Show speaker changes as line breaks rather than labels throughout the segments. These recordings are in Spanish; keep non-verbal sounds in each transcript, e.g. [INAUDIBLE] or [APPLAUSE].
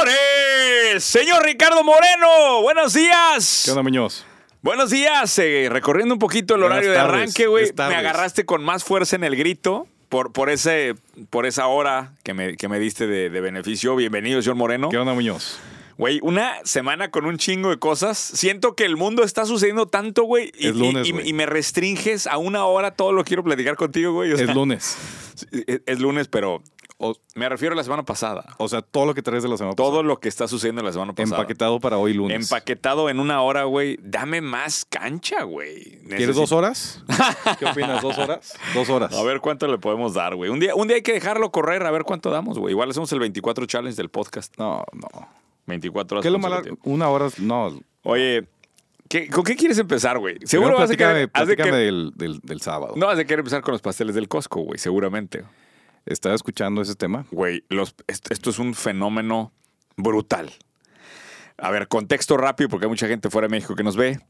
Emprendedores. Señor Ricardo Moreno, buenos días.
¿Qué onda, Muñoz?
Buenos días, eh, recorriendo un poquito el
Buenas
horario de
tardes,
arranque, güey.
buenas
Me
tardes.
agarraste con más fuerza en el grito por, por, ese, por esa hora que me, que me diste de, de beneficio. Bienvenido, señor Moreno.
¿Qué onda, Muñoz?
Güey, una semana con un chingo de cosas. Siento que el mundo está sucediendo tanto, güey. y-
Es lunes,
y, y-
güey.
y me restringes a una hora todo lo que quiero platicar contigo, güey. O sea,
Es lunes.
[LAUGHS] es- es lunes, pero
O,
me refiero a la semana pasada.
o sea, todo lo que traes de la semana
Todo lo que está sucediendo la semana
pasada.
pasada.
Empaquetado para hoy lunes.
Empaquetado en una hora, güey. Dame más cancha, güey.
¿Quieres
Necesito- [LAUGHS]
dos horas? ¿Qué opinas? ¿Dos horas? Dos horas.
A ver cuánto le podemos dar, güey. Un día, un día hay que dejarlo correr, a ver cuánto damos, güey. Igual hacemos el 24 challenge del podcast.
No, no.
24 horas.
¿Qué es lo malo?
consecutivas.
Una hora. No.
Oye, ¿qué- ¿con qué quieres empezar, güey? Seguro
Primero
vas a querer.
platícame-
has de
platícame
querer-
del, del- del sábado.
no, vas a querer empezar con los pasteles del Costco, güey, seguramente.
Estaba escuchando ese tema.
Güey, los- esto, esto es un fenómeno brutal. A ver, contexto rápido, porque hay mucha gente fuera de México que nos ve.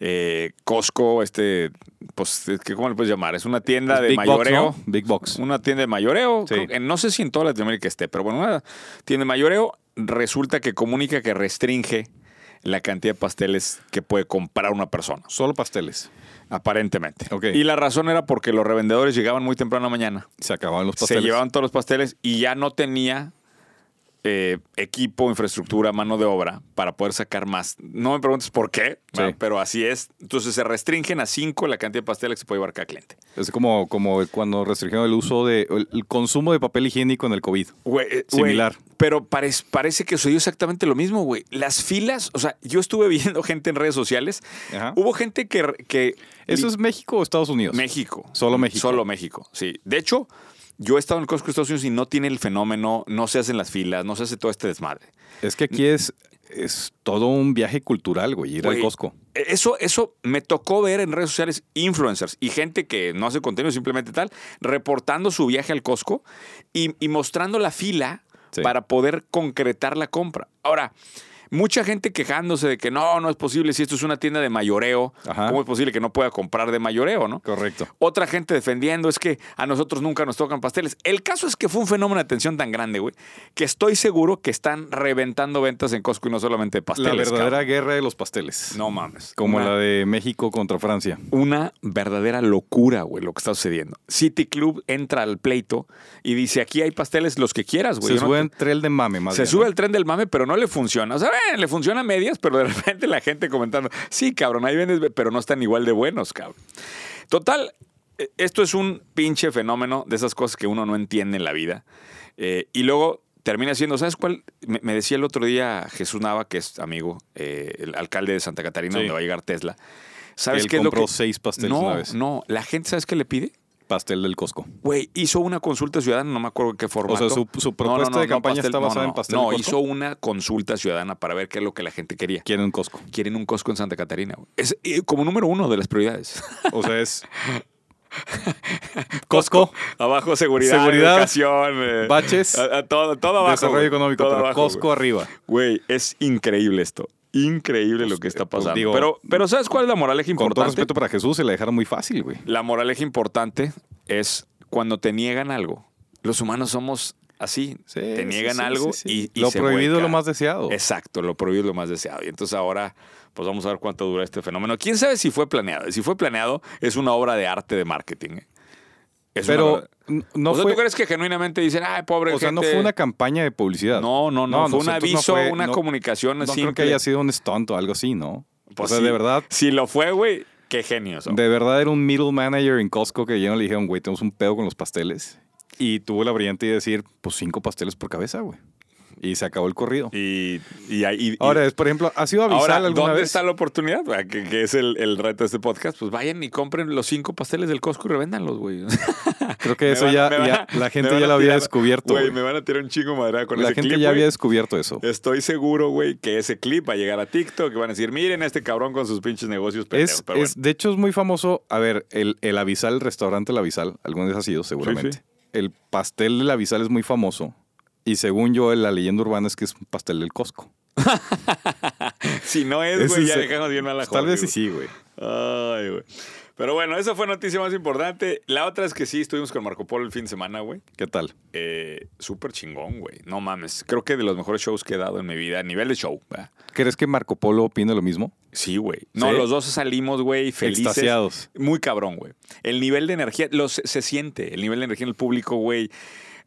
Eh, Costco, este, pues, ¿qué- ¿cómo le puedes llamar? Es una tienda
Es
de
Pues Big Box,
mayoreo.
¿no? Big Box.
Una tienda de mayoreo.
Sí.
creo que- no sé si en toda Latinoamérica esté, pero bueno, una tienda de mayoreo resulta que comunica que restringe la cantidad de pasteles que puede comprar una persona,
Solo pasteles.
aparentemente.
Ok.
Y la razón era porque los revendedores llegaban muy temprano en la mañana,
Se acababan los
se
pasteles.
llevaban todos los pasteles y ya no tenía eh, equipo, infraestructura, mano de obra para poder sacar más. No me preguntes por qué,
Sí.
¿verdad? pero así es. Entonces se restringen a 5 la cantidad de pasteles que se puede llevar cada cliente.
Es como, como cuando restringieron el uso de. El, el consumo de papel higiénico en el COVID.
Güey, eh, güey,
Similar.
pero parece, parece que sucedió exactamente lo mismo, güey. Las filas, o sea, yo estuve [LAUGHS] viendo gente en redes sociales.
Ajá.
Hubo gente que... que
¿Eso es México o Estados Unidos?
México.
Solo México.
Solo México, sí. De hecho, yo he estado en el Costco de Estados Unidos y no tiene el fenómeno, no se hacen las filas, no se hace todo este desmadre.
Es que aquí es, es todo un viaje cultural, güey, ir al
Güey,
Costco.
Eso, eso me tocó ver en redes sociales influencers y gente que no hace contenido, simplemente tal, reportando su viaje al Costco y, y mostrando la fila
Sí.
para poder concretar la compra. Ahora, mucha gente quejándose de que no, no es posible, si esto es una tienda de mayoreo,
Ajá.
¿cómo es posible que no pueda comprar de mayoreo, no?
Correcto.
Otra gente defendiendo es que a nosotros nunca nos tocan pasteles. El caso es que fue un fenómeno de atención tan grande, güey, que estoy seguro que están reventando ventas en Costco y no solamente de
La
pasteles.
verdadera
cabrón.
guerra de los pasteles.
No mames.
Como
Una-
la de México contra Francia.
una verdadera locura, güey, lo que está sucediendo. City Club entra al pleito y dice, aquí hay pasteles los que quieras, güey.
Se
Yo no
sube
te-
en tren de mame, más
se
bien, ¿eh?
sube
¿no?
al tren del mame, pero no le funciona. O sea, eh, le funciona a medias, pero de [LAUGHS] repente la gente comentando, sí, cabrón, ahí vendes, pero no están igual de buenos, cabrón. Total, eh, esto es un pinche fenómeno de esas cosas que uno no entiende en la vida. Eh, y luego termina siendo, ¿sabes cuál? Me, me decía el otro día Jesús Nava, que es amigo, eh, el alcalde de Santa Catarina,
Sí.
donde va a llegar Tesla. ¿Sabes
él
qué es lo
compró
que...?
seis pasteles
no,
una vez.
No, la gente, ¿sabes qué le pide?
Pastel del Costco.
Güey, hizo una consulta ciudadana, no me acuerdo en qué formato.
su- su propuesta de campaña está basada en pastel
No,
Costco.
hizo una consulta ciudadana para ver qué es lo que la gente quería.
Quieren un Costco.
Quieren un Costco en Santa Catarina. güey. Es eh, como número uno de las prioridades.
O
[LAUGHS]
sea, es. [LAUGHS] Costco,
abajo seguridad,
Seguridad,
educación. eh,
baches,
a- a todo, todo abajo.
desarrollo
güey.
económico,
Todo
pero
abajo,
Costco
güey.
arriba.
Güey, es increíble esto. Increíble lo que está
pues,
pasando.
digo,
pero, pero ¿sabes cuál es la moraleja
Con todo
importante?
respeto para Jesús, se la dejaron muy fácil, güey.
La moraleja importante es cuando te niegan algo. Los humanos somos así.
Sí,
te
sí,
niegan
sí,
algo
sí, sí.
y, y
Lo
se
prohibido es
vuelca.
lo más deseado.
Exacto, lo prohibido es lo más deseado. Y entonces ahora, pues vamos a ver cuánto dura este fenómeno. ¿Quién sabe si fue planeado? Si fue planeado, es una obra de arte de marketing. ¿eh? Es una
Pero
verdad-
n- no
o sea,
fue.
¿tú crees que genuinamente dicen, ay, pobre
O sea, no
gente"?
fue una campaña de publicidad.
No, no, no, fue un
entonces
aviso,
fue-
una
no-
comunicación Pues
No
así.
creo que haya sido un stunt o algo así, ¿no? o sea, de verdad,
Si lo fue, güey, qué genio. son.
de verdad era un middle manager en Costco que ya no le dijeron, güey, tenemos un pedo con los pasteles. Y tuvo la brillante idea de decir, pues cinco pasteles por cabeza, güey. Y se acabó el corrido.
Y, y, ahí- y-
Ahora, es, por ejemplo, ¿ha sido avisar
Ahora,
alguna
¿dónde
vez?
está la oportunidad? Ah, Que, que es el, el reto de este podcast. Pues vayan y compren los cinco pasteles del Costco y revéndanlos, güey.
Creo
[LAUGHS]
que eso ya, ya- la gente ya lo había descubierto.
Güey,
güey.
me van a tirar un chingo madera con
La
ese
gente
clip, güey.
ya había descubierto eso.
Estoy seguro, güey, que ese clip va a llegar a TikTok y van a decir, miren a este cabrón con sus pinches negocios pendejos.
Es,
Pero
es- de hecho, es muy famoso. A ver, el, el avisal, el restaurante El Avisal, alguna vez ha sido, seguramente.
sí.
El pastel del avisal es muy famoso. Y según yo, la leyenda urbana es que es un pastel del Costco.
bueno, si no es,
Ese
güey, ya
es- Pues,
dejamos bien a la
Tal vez sí, sí, güey.
Ay, güey. Pero bueno, esa fue noticia más importante. La otra es que sí, estuvimos con Marco Polo el fin de semana, güey.
¿Qué tal?
Eh, Súper chingón, güey. No mames. Creo que de los mejores shows que he dado en mi vida a nivel de show. ¿verdad?
¿Crees que Marco Polo opina lo mismo?
Sí, güey. No,
¿Sí?
los dos salimos, güey, felices.
Extasiados.
Muy cabrón, güey. El nivel de energía, los, se siente, el nivel de energía en el público, güey.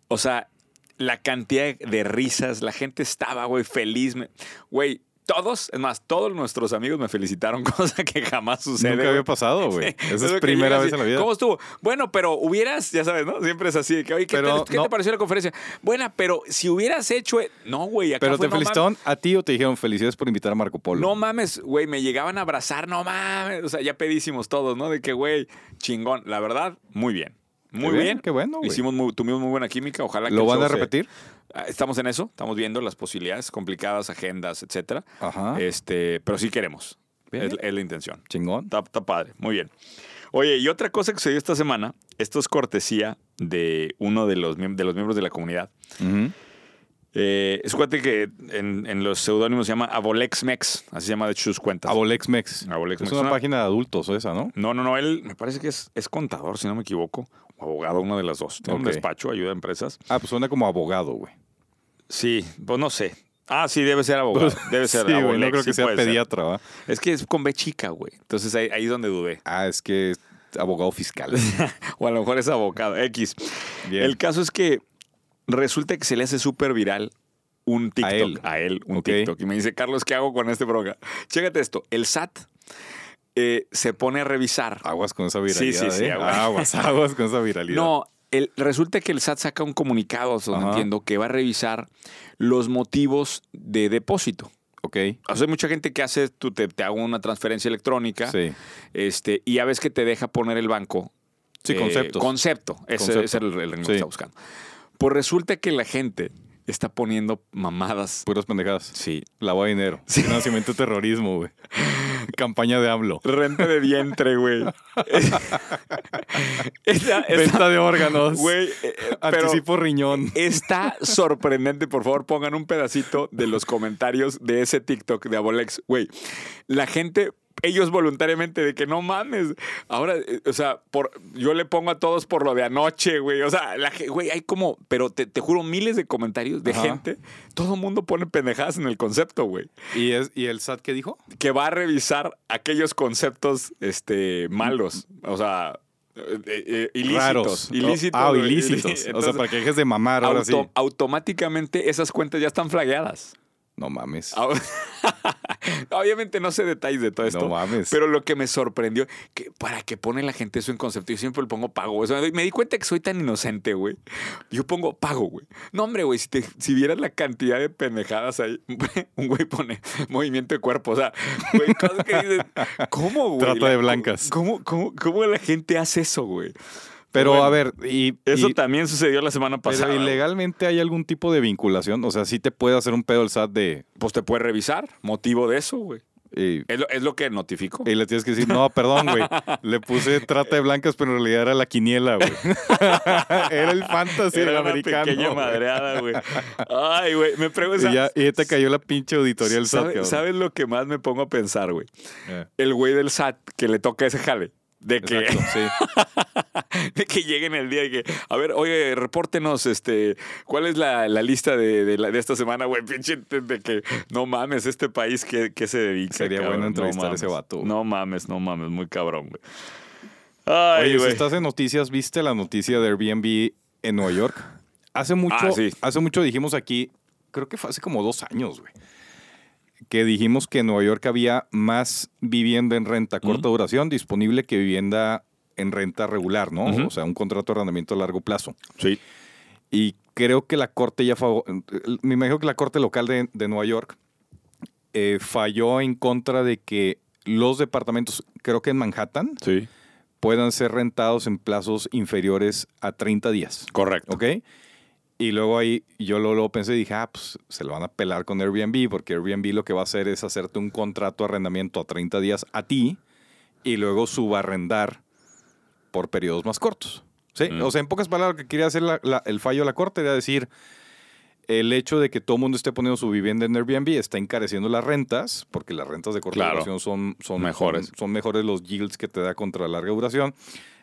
O sea, la cantidad de risas, la gente estaba, güey, feliz. Me- Güey, todos, es más, todos nuestros amigos me felicitaron, [LAUGHS] cosa que jamás sucede.
Nunca
güey.
había
[LAUGHS]
pasado, güey.
Es
Esa es
lo que
primera
llegas y,
vez en la vida.
¿Cómo estuvo? Bueno, pero hubieras, ya sabes, ¿no? Siempre es así, de que, oye, ¿qué,
Pero
te, qué
no.
te pareció la conferencia? Buena, pero si hubieras hecho... eh, No, güey, acá
Pero
fue,
te
no mames.
felicitaron a ti o te dijeron felicidades por invitar a Marco Polo.
No mames, güey, me llegaban a abrazar, no mames. O sea, ya pedísimos todos, ¿no? De que, güey, chingón. La verdad, muy bien. Muy
Qué bien,
bien.
qué bueno, güey.
Hicimos muy, tuvimos muy buena química, ojalá que
¿Lo
el
van
show
a
se-
repetir?
Ah, Estamos en eso, estamos viendo las posibilidades complicadas, agendas, etcétera.
Ajá.
Este, pero sí queremos.
Bien.
Es, es la intención.
Chingón.
Está, está padre, muy bien. Oye, y otra cosa que sucedió esta semana, esto es cortesía de uno de los, miemb- de los miembros de la comunidad.
Ujú.
Eh, es un cuate que en, en los seudónimos se llama Abolexmex, así se llama de hecho sus cuentas.
Abolexmex.
Abolexmex.
Es una
Una-
página de adultos esa, ¿no?
No, no, no, él me parece que es, es contador, si no me equivoco, o abogado, una de las dos. Tiene un
Ok.
despacho, ayuda a empresas.
Ah, pues suena como abogado, güey.
Sí, pues no sé. Ah, sí, debe ser abogado. Debe ser
Pues, [LAUGHS] sí,
abogado.
güey, no creo que sea pediatra, ¿va?
Es que es con B chica, güey. Entonces ahí, ahí es donde dudé.
Ah, es que es
[LAUGHS]
abogado fiscal.
O a lo mejor es abogado. X.
Bien.
El caso es que resulta que se le hace súper viral un TikTok.
él.
un
Ok.
TikTok. Y me dice, Carlos, ¿qué hago con este broca? Chécate esto. El SAT eh, se pone a revisar.
Aguas con esa
Sí, sí,
viralidad.
sí,
¿eh?
aguas.
Aguas, aguas con esa viralidad.
No, el- resulta que el SAT saca un comunicado, hasta donde
Ajá.
entiendo, que va a revisar los motivos de depósito.
Ok.
O sea, hay mucha gente que hace, tú te, te hago una transferencia electrónica
Sí.
este, y ya ves que te deja poner el banco.
Sí,
eh,
conceptos.
Concepto. Ese
Concepto.
ese es el, el renglón que
Sí.
está buscando. Pues resulta que la gente está poniendo mamadas.
Puras pendejadas.
Sí.
Lavado de dinero.
Sí.
Financiamiento de terrorismo, güey. Campaña de AMLO.
Renta de vientre,
[LAUGHS]
güey. [LAUGHS] Esa- esa-
Venta de órganos.
Güey,
[LAUGHS]
eh, eh, pero-
Anticipo riñón.
Está sorprendente, por favor, pongan un pedacito de los comentarios de ese TikTok de Abolex. Güey, la gente, ellos voluntariamente, de que no mames. Ahora, eh, o sea, por, yo le pongo a todos por lo de anoche, güey. O sea, la, ge- güey, hay como, pero te, te juro, miles de comentarios de
Ajá.
gente. Todo mundo pone pendejadas en el concepto, güey.
¿Y, es, ¿Y el SAT qué dijo?
Que va a revisar aquellos conceptos este, malos. O sea, eh, eh, ilícitos.
Raros.
Ilícitos.
Ah,
güey. [LAUGHS]
ilícitos. o sea,
Entonces,
para que dejes de mamar ahora sí.
auto- automáticamente esas cuentas ya están flagueadas.
No mames.
Au- [LAUGHS] Obviamente no sé detalles de todo esto.
No mames.
Pero lo que me sorprendió, que para que pone la gente eso en concepto, yo siempre le pongo pago. O sea, me doy- me di cuenta que soy tan inocente, güey. Yo pongo pago, güey. No, hombre, güey, si, te- si vieras la cantidad de pendejadas ahí, [LAUGHS] un güey pone movimiento de cuerpo. O sea, güey, cosas que dices, ¿cómo, güey?
Trata de
La-
blancas.
¿Cómo, cómo, cómo la gente hace eso, güey?
Pero
bueno,
a ver, y,
Eso
y-
también sucedió la semana
pero
pasada. güey.
ilegalmente hay algún tipo de vinculación. O sea, sí te puede hacer un pedo el SAT de.
Pues te puede revisar. Motivo de eso, güey.
eh,
Es lo, es lo que notificó.
y le tienes que decir, no, perdón,
[LAUGHS]
güey. Le puse trata de blancas, pero en realidad era la quiniela, güey. [LAUGHS] era el fantasy del
Era una
americano.
pequeña
güey.
madreada, güey. Ay, güey, me pregunto.
Y ya, y ya te cayó la pinche auditoría del SAT,
¿sabe-
cabrón.
¿Sabes lo que más me pongo a pensar, güey?
Eh,
El güey del SAT que le toca ese jale. De que,
exacto, sí.
[LAUGHS] de que lleguen el día y que, a ver, oye, repórtenos, este, ¿cuál es la, la lista de, de, la- de esta semana, güey? Pinche, de, de que, no mames, este país, ¿qué, qué se dedica?
Sería
cabrón?
bueno entrevistar
No
a ese
mames.
vato, güey.
No mames, no mames, muy cabrón, güey. Ay,
Oye, si
güey.
estás en noticias, ¿viste la noticia de Airbnb en Nueva York? Hace mucho,
Ah, sí.
hace mucho dijimos aquí, creo que fue hace como dos años, güey, que dijimos que en Nueva York había más vivienda en renta a corta duración disponible que vivienda en renta regular, ¿no?
Ujú.
O sea, un contrato de arrendamiento a largo plazo.
Sí.
Y creo que la corte ya favor- me imagino que la corte local de, de Nueva York eh, falló en contra de que los departamentos, creo que en Manhattan,
Sí.
puedan ser rentados en plazos inferiores a 30 días.
Correcto.
¿Ok? Y luego ahí yo luego, luego pensé y dije, ah, pues se lo van a pelar con Airbnb, porque Airbnb lo que va a hacer es hacerte un contrato de arrendamiento a 30 días a ti y luego subarrendar por periodos más cortos. ¿Sí?
Mm.
O sea, en pocas palabras, lo que quería hacer la- la- el fallo de la corte era decir, el hecho de que todo el mundo esté poniendo su vivienda en Airbnb está encareciendo las rentas, porque las rentas de corta
Claro.
duración son, son
Mejores.
Son, son mejores los yields que te da contra larga duración.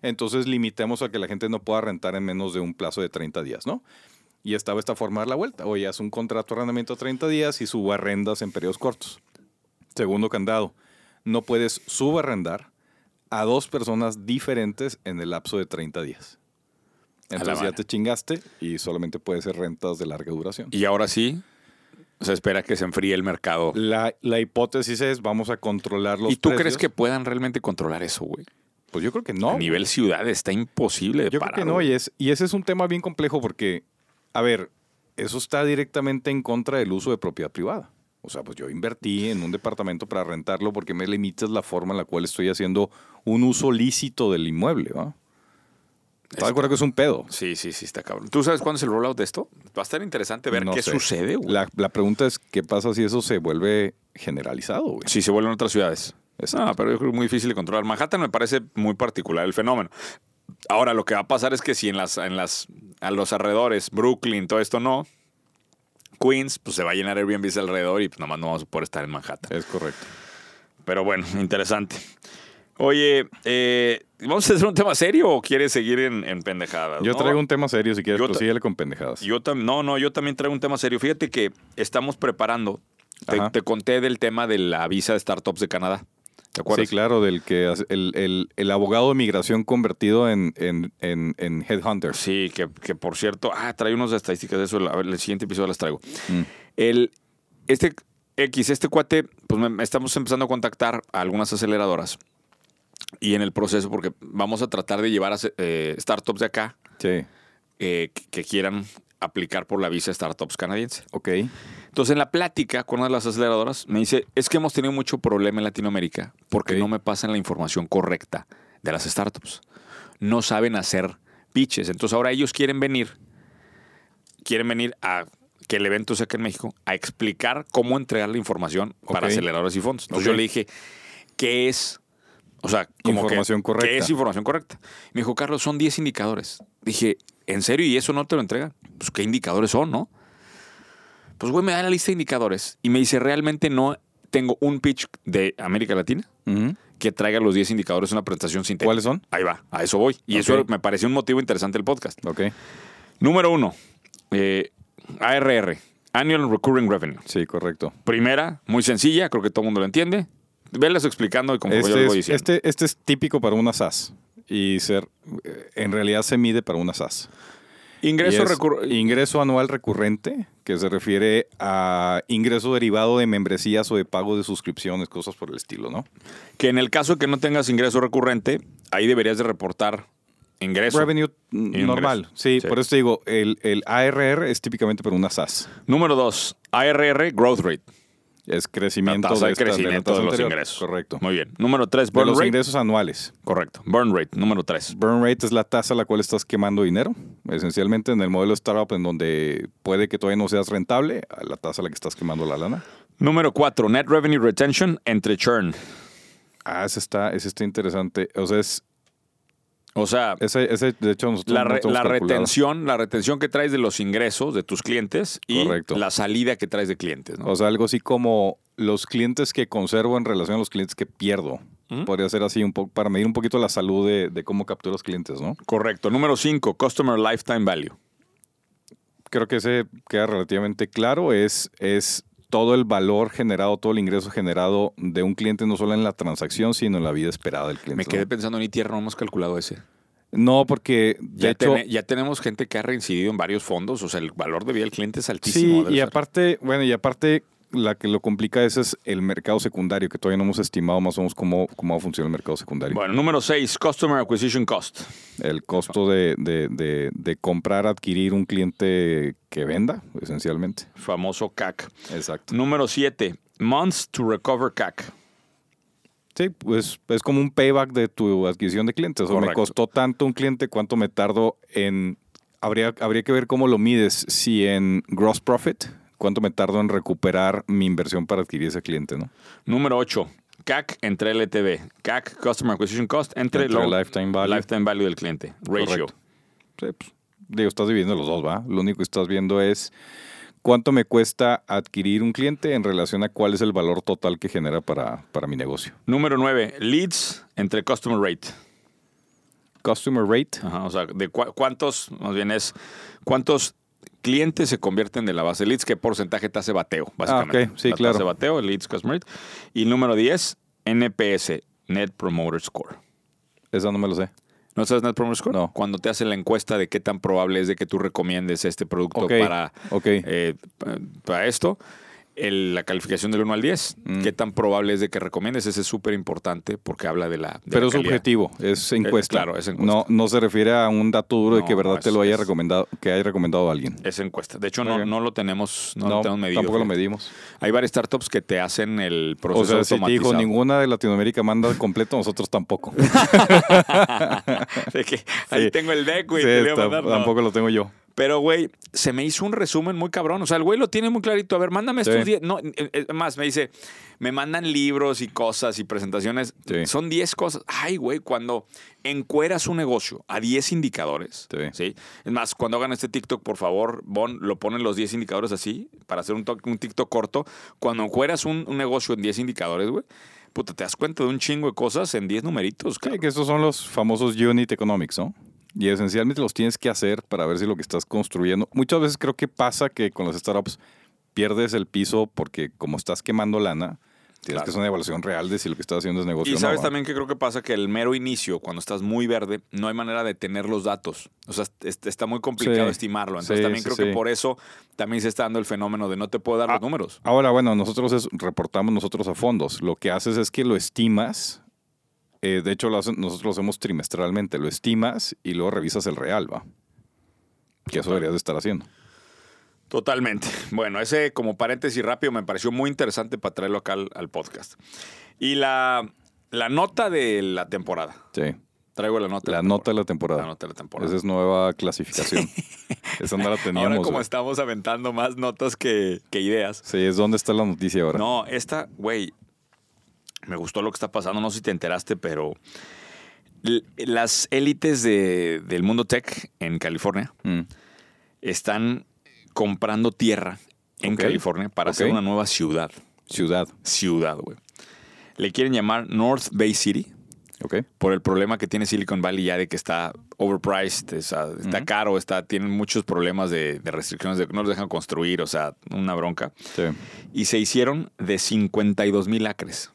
Entonces limitemos a que la gente no pueda rentar en menos de un plazo de 30 días, ¿no? Y estaba esta forma de dar la vuelta. Oye, haz un contrato de arrendamiento a 30 días y subarrendas en periodos cortos. Segundo candado, no puedes subarrendar a dos personas diferentes en el lapso de 30 días.
A la
Entonces ya
madre.
te chingaste y solamente puede ser rentas de larga duración.
Y ahora sí, se espera que se enfríe el mercado.
La, la hipótesis es vamos a controlar los
¿Y tú
precios.
crees que puedan realmente controlar eso, güey?
Pues yo creo que no.
A nivel ciudad está imposible de
Yo
parar.
creo que no,
güey.
y, es, y ese es un tema bien complejo porque, a ver, eso está directamente en contra del uso de propiedad privada. O sea, pues yo invertí en un departamento para rentarlo porque me limitas la forma en la cual estoy haciendo un uso lícito del inmueble, ¿va? ¿Estás de acuerdo que es un pedo?
Sí, sí, sí, está cabrón. ¿Tú sabes cuándo es el rollout de esto? Va a estar interesante ver
No
qué
sé.
sucede, güey.
La, la pregunta es, ¿qué pasa si eso se vuelve generalizado, güey?
Si se vuelven otras ciudades.
Exacto.
Ah, pero yo creo que es muy difícil de controlar. Manhattan me parece muy particular el fenómeno. Ahora, lo que va a pasar es que si en las, en las, a los alrededores, Brooklyn, todo esto no, Queens, pues se va a llenar Airbnb alrededor y pues nada más no vamos a poder estar en Manhattan.
Es correcto.
Pero bueno, interesante. Oye, eh, ¿vamos a hacer un tema serio o quieres seguir en, en pendejadas?
Yo
No,
traigo un tema serio, si quieres,
Yo
pero
ta-
síguele con pendejadas.
yo tam- no, no, yo también traigo un tema serio. Fíjate que estamos preparando. Te,
Ajá.
te conté del tema de la visa de startups de Canadá. ¿Te acuerdas?
Sí, claro, del que hace- el, el- el abogado de migración convertido en, en, en, en headhunter.
Sí, que, que por cierto, ah, trae unas estadísticas de eso. A ver, el siguiente episodio las traigo.
Mm.
El, este X, este cuate, pues me- me estamos empezando a contactar a algunas aceleradoras. Y en el proceso, porque vamos a tratar de llevar a eh, startups de acá
Sí,
eh, que, que quieran aplicar por la visa startups canadiense.
ok.
Entonces, en la plática con una de las aceleradoras, me dice, es que hemos tenido mucho problema en Latinoamérica porque
Ok.
no me pasan la información correcta de las startups. No saben hacer pitches. Entonces, ahora ellos quieren venir, quieren venir a que el evento sea aquí en México, a explicar cómo entregar la información para
Ok.
aceleradores y fondos. Entonces,
Ok.
yo le dije, ¿qué es? O sea, como que-
Información correcta.
¿Qué es información correcta? Me dijo, Carlos, son 10 indicadores. Dije, ¿en serio? ¿Y eso no te lo entregan? Pues, ¿qué indicadores son, no? Pues, güey, me da la lista de indicadores y me dice, realmente no tengo un pitch de América Latina
Ujú. Eh,
que traiga los 10 indicadores en una presentación sintética.
¿Cuáles son?
Ahí va, a eso voy. Y
Ok.
eso me pareció un motivo interesante del podcast.
Ok.
Número uno, eh, ARR, Annual Recurring Revenue.
Sí, correcto.
Primera, muy sencilla, creo que todo el mundo lo entiende. Velas explicando y como yo
Este
lo voy
es,
diciendo.
este, este es típico para una SAS. Y ser, eh, en realidad se mide para una SAS.
Ingreso
Y es
recurrente.
ingreso anual recurrente, que se refiere a ingreso derivado de membresías o de pago de suscripciones, cosas por el estilo, ¿no?
Que en el caso que no tengas ingreso recurrente, ahí deberías de reportar ingreso.
Revenue mm,
ingreso.
normal. Sí,
Sí.
por eso te digo, el, el ARR es típicamente para una SAS.
Número dos, ARR Growth Rate.
Es
La
crecimiento
tasa de
esta- la
crecimiento
tasa
de los
anterior.
ingresos.
Correcto.
Muy bien. Número tres,
De
Burn
los
Rate.
ingresos anuales.
Correcto. Burn Rate, número tres.
Burn rate es la tasa a la cual estás quemando dinero. Esencialmente en el modelo startup, en donde puede que todavía no seas rentable, a la tasa a la que estás quemando la lana.
Número cuatro, Net Revenue Retention entre Churn.
Ah, ese está, ese está interesante. O sea, es,
O sea,
ese, ese, de hecho, nosotros
la,
no
re-
tenemos
la
calculado.
retención, la retención que traes de los ingresos de tus clientes y
Correcto.
la salida que traes de clientes. ¿no?
O sea, algo así como los clientes que conservo en relación a los clientes que pierdo.
Ujú.
Podría ser así un poco para medir un poquito la salud de, de cómo capturo los clientes, ¿no?
Correcto. Número cinco, Customer Lifetime Value.
creo que ese queda relativamente claro, es, es todo el valor generado, todo el ingreso generado de un cliente, no solo en la transacción, sino en la vida esperada del cliente.
Me
¿no?
quedé pensando en tierra, no hemos calculado ese.
No, porque de
Ya,
hecho...
tene- ya tenemos gente que ha reincidido en varios fondos, o sea, el valor de vida del cliente es altísimo.
Sí,
debe
y
ser.
aparte, bueno, y aparte la que lo complica es, es el mercado secundario, que todavía no hemos estimado más o menos cómo, cómo funciona el mercado secundario.
Bueno, número seis, Customer Acquisition Cost.
El costo de, de- de- de comprar, adquirir un cliente que venda, esencialmente.
Famoso CAC.
Exacto.
Número 7. Months to recover CAC.
Sí, pues es como un payback de tu adquisición de clientes. O sea, me
Correcto.
costó tanto un cliente, cuánto me tardo en... Habría, habría que ver cómo lo mides, si en gross profit, cuánto me tardo en recuperar mi inversión para adquirir ese cliente, ¿no?
Número 8. CAC entre LTV. CAC, Customer Acquisition Cost, entre,
Entre
lo-
lifetime value.
lifetime value del cliente. Ratio.
Correcto. Sí, pues, digo, estás dividiendo los dos, ¿va? Lo único que estás viendo es ¿Cuánto me cuesta adquirir un cliente en relación a cuál es el valor total que genera para, para mi negocio?
Número 9, leads entre customer rate.
Customer rate.
Ajá, o sea, de cua- cuántos, más bien es, cuántos clientes se convierten de la base de leads, qué porcentaje te hace bateo, básicamente.
Ah, ok, sí,
La
claro.
Tasa de bateo, leads, customer rate. Y número 10, NPS, Net Promoter Score.
Esa no me lo sé.
¿No sabes Net Promoter Score?
No.
Cuando te hacen la encuesta de qué tan probable es de que tú recomiendes este producto
Ok,
para,
ok.
eh, pa- para esto, el- la calificación del 1 al 10,
Mm.
qué tan probable es de que recomiendes, ese es súper importante porque habla de la. de la
Pero es
calidad. Eh,
subjetivo, es encuesta.
claro, es encuesta.
No, no se refiere a un dato duro de
No,
que verdad
no,
te lo
es-
haya
es-
recomendado, que haya recomendado a alguien.
Es encuesta. De hecho, no,
Ok.
no lo tenemos, no,
No,
lo tenemos medido.
tampoco lo
fíjate.
medimos.
Hay varias startups que te hacen el proceso
O sea, si te dijo
automatizado.
ninguna de Latinoamérica manda completo, nosotros tampoco.
[LAUGHS] De que ahí
Sí.
tengo el deck, güey,
Sí,
te voy a
tam-
mandar. No.
Tampoco lo tengo yo.
Pero, güey, se me hizo un resumen muy cabrón. O sea, el güey lo tiene muy clarito. A ver, mándame
Sí.
estos 10. No, eh, eh, más, me dice, me mandan libros y cosas y presentaciones.
Sí.
Son 10 cosas. Ay, güey, cuando encueras un negocio a 10 indicadores. Sí.
Sí.
Es más, cuando hagan este TikTok, por favor, Bon, lo ponen los 10 indicadores así para hacer un, toc- un TikTok corto. Cuando encueras un, un negocio en 10 indicadores, güey, puta, te das cuenta de un chingo de cosas en 10 numeritos,
Sí,
cabrón.
que esos son los famosos unit economics, ¿no? Y esencialmente los tienes que hacer para ver si lo que estás construyendo. Muchas veces creo que pasa que con las startups pierdes el piso porque como estás quemando lana, tienes
Claro.
que hacer una evaluación real de si lo que estás haciendo es negocio.
Y
o no,
sabes
¿va?
también que creo que pasa que el mero inicio, cuando estás muy verde, no hay manera de tener los datos. O sea, est- está muy complicado
Sí.
estimarlo. Entonces
Sí,
también
sí,
creo que
sí.
por eso también se está dando el fenómeno de no te puedo dar los
Ah.
números.
Ahora, bueno, nosotros es- reportamos nosotros a fondos. Lo que haces es que lo estimas. eh, de hecho, lo hacen- nosotros lo hacemos trimestralmente. Lo estimas y luego revisas el real, ¿va? Que eso deberías de estar haciendo.
Totalmente. [LAUGHS] Bueno, ese como paréntesis rápido me pareció muy interesante para traerlo acá al, al podcast. Y la, la nota de la temporada.
Sí.
Traigo la nota. de
La nota de la
La
temporada.
nota Pues de la temporada.
Esa es nueva clasificación. [LAUGHS] Esa no la teníamos.
Ahora como
güey.
estamos aventando más notas que- que ideas.
Sí, es donde está la noticia ahora.
No, esta, güey, me gustó lo que está pasando. No sé si te enteraste, pero l- las élites de- del mundo tech en California
Mm.
están comprando tierra en
Ok.
California para
Ok.
hacer una nueva ciudad.
Ciudad.
Ciudad, güey. Le quieren llamar North Bay City
Ok.
por el problema que tiene Silicon Valley ya de que está overpriced, o sea, está caro, está, tienen muchos problemas de, de restricciones, de, no los dejan construir, o sea, una bronca
Sí.
y se hicieron de 52 mil acres.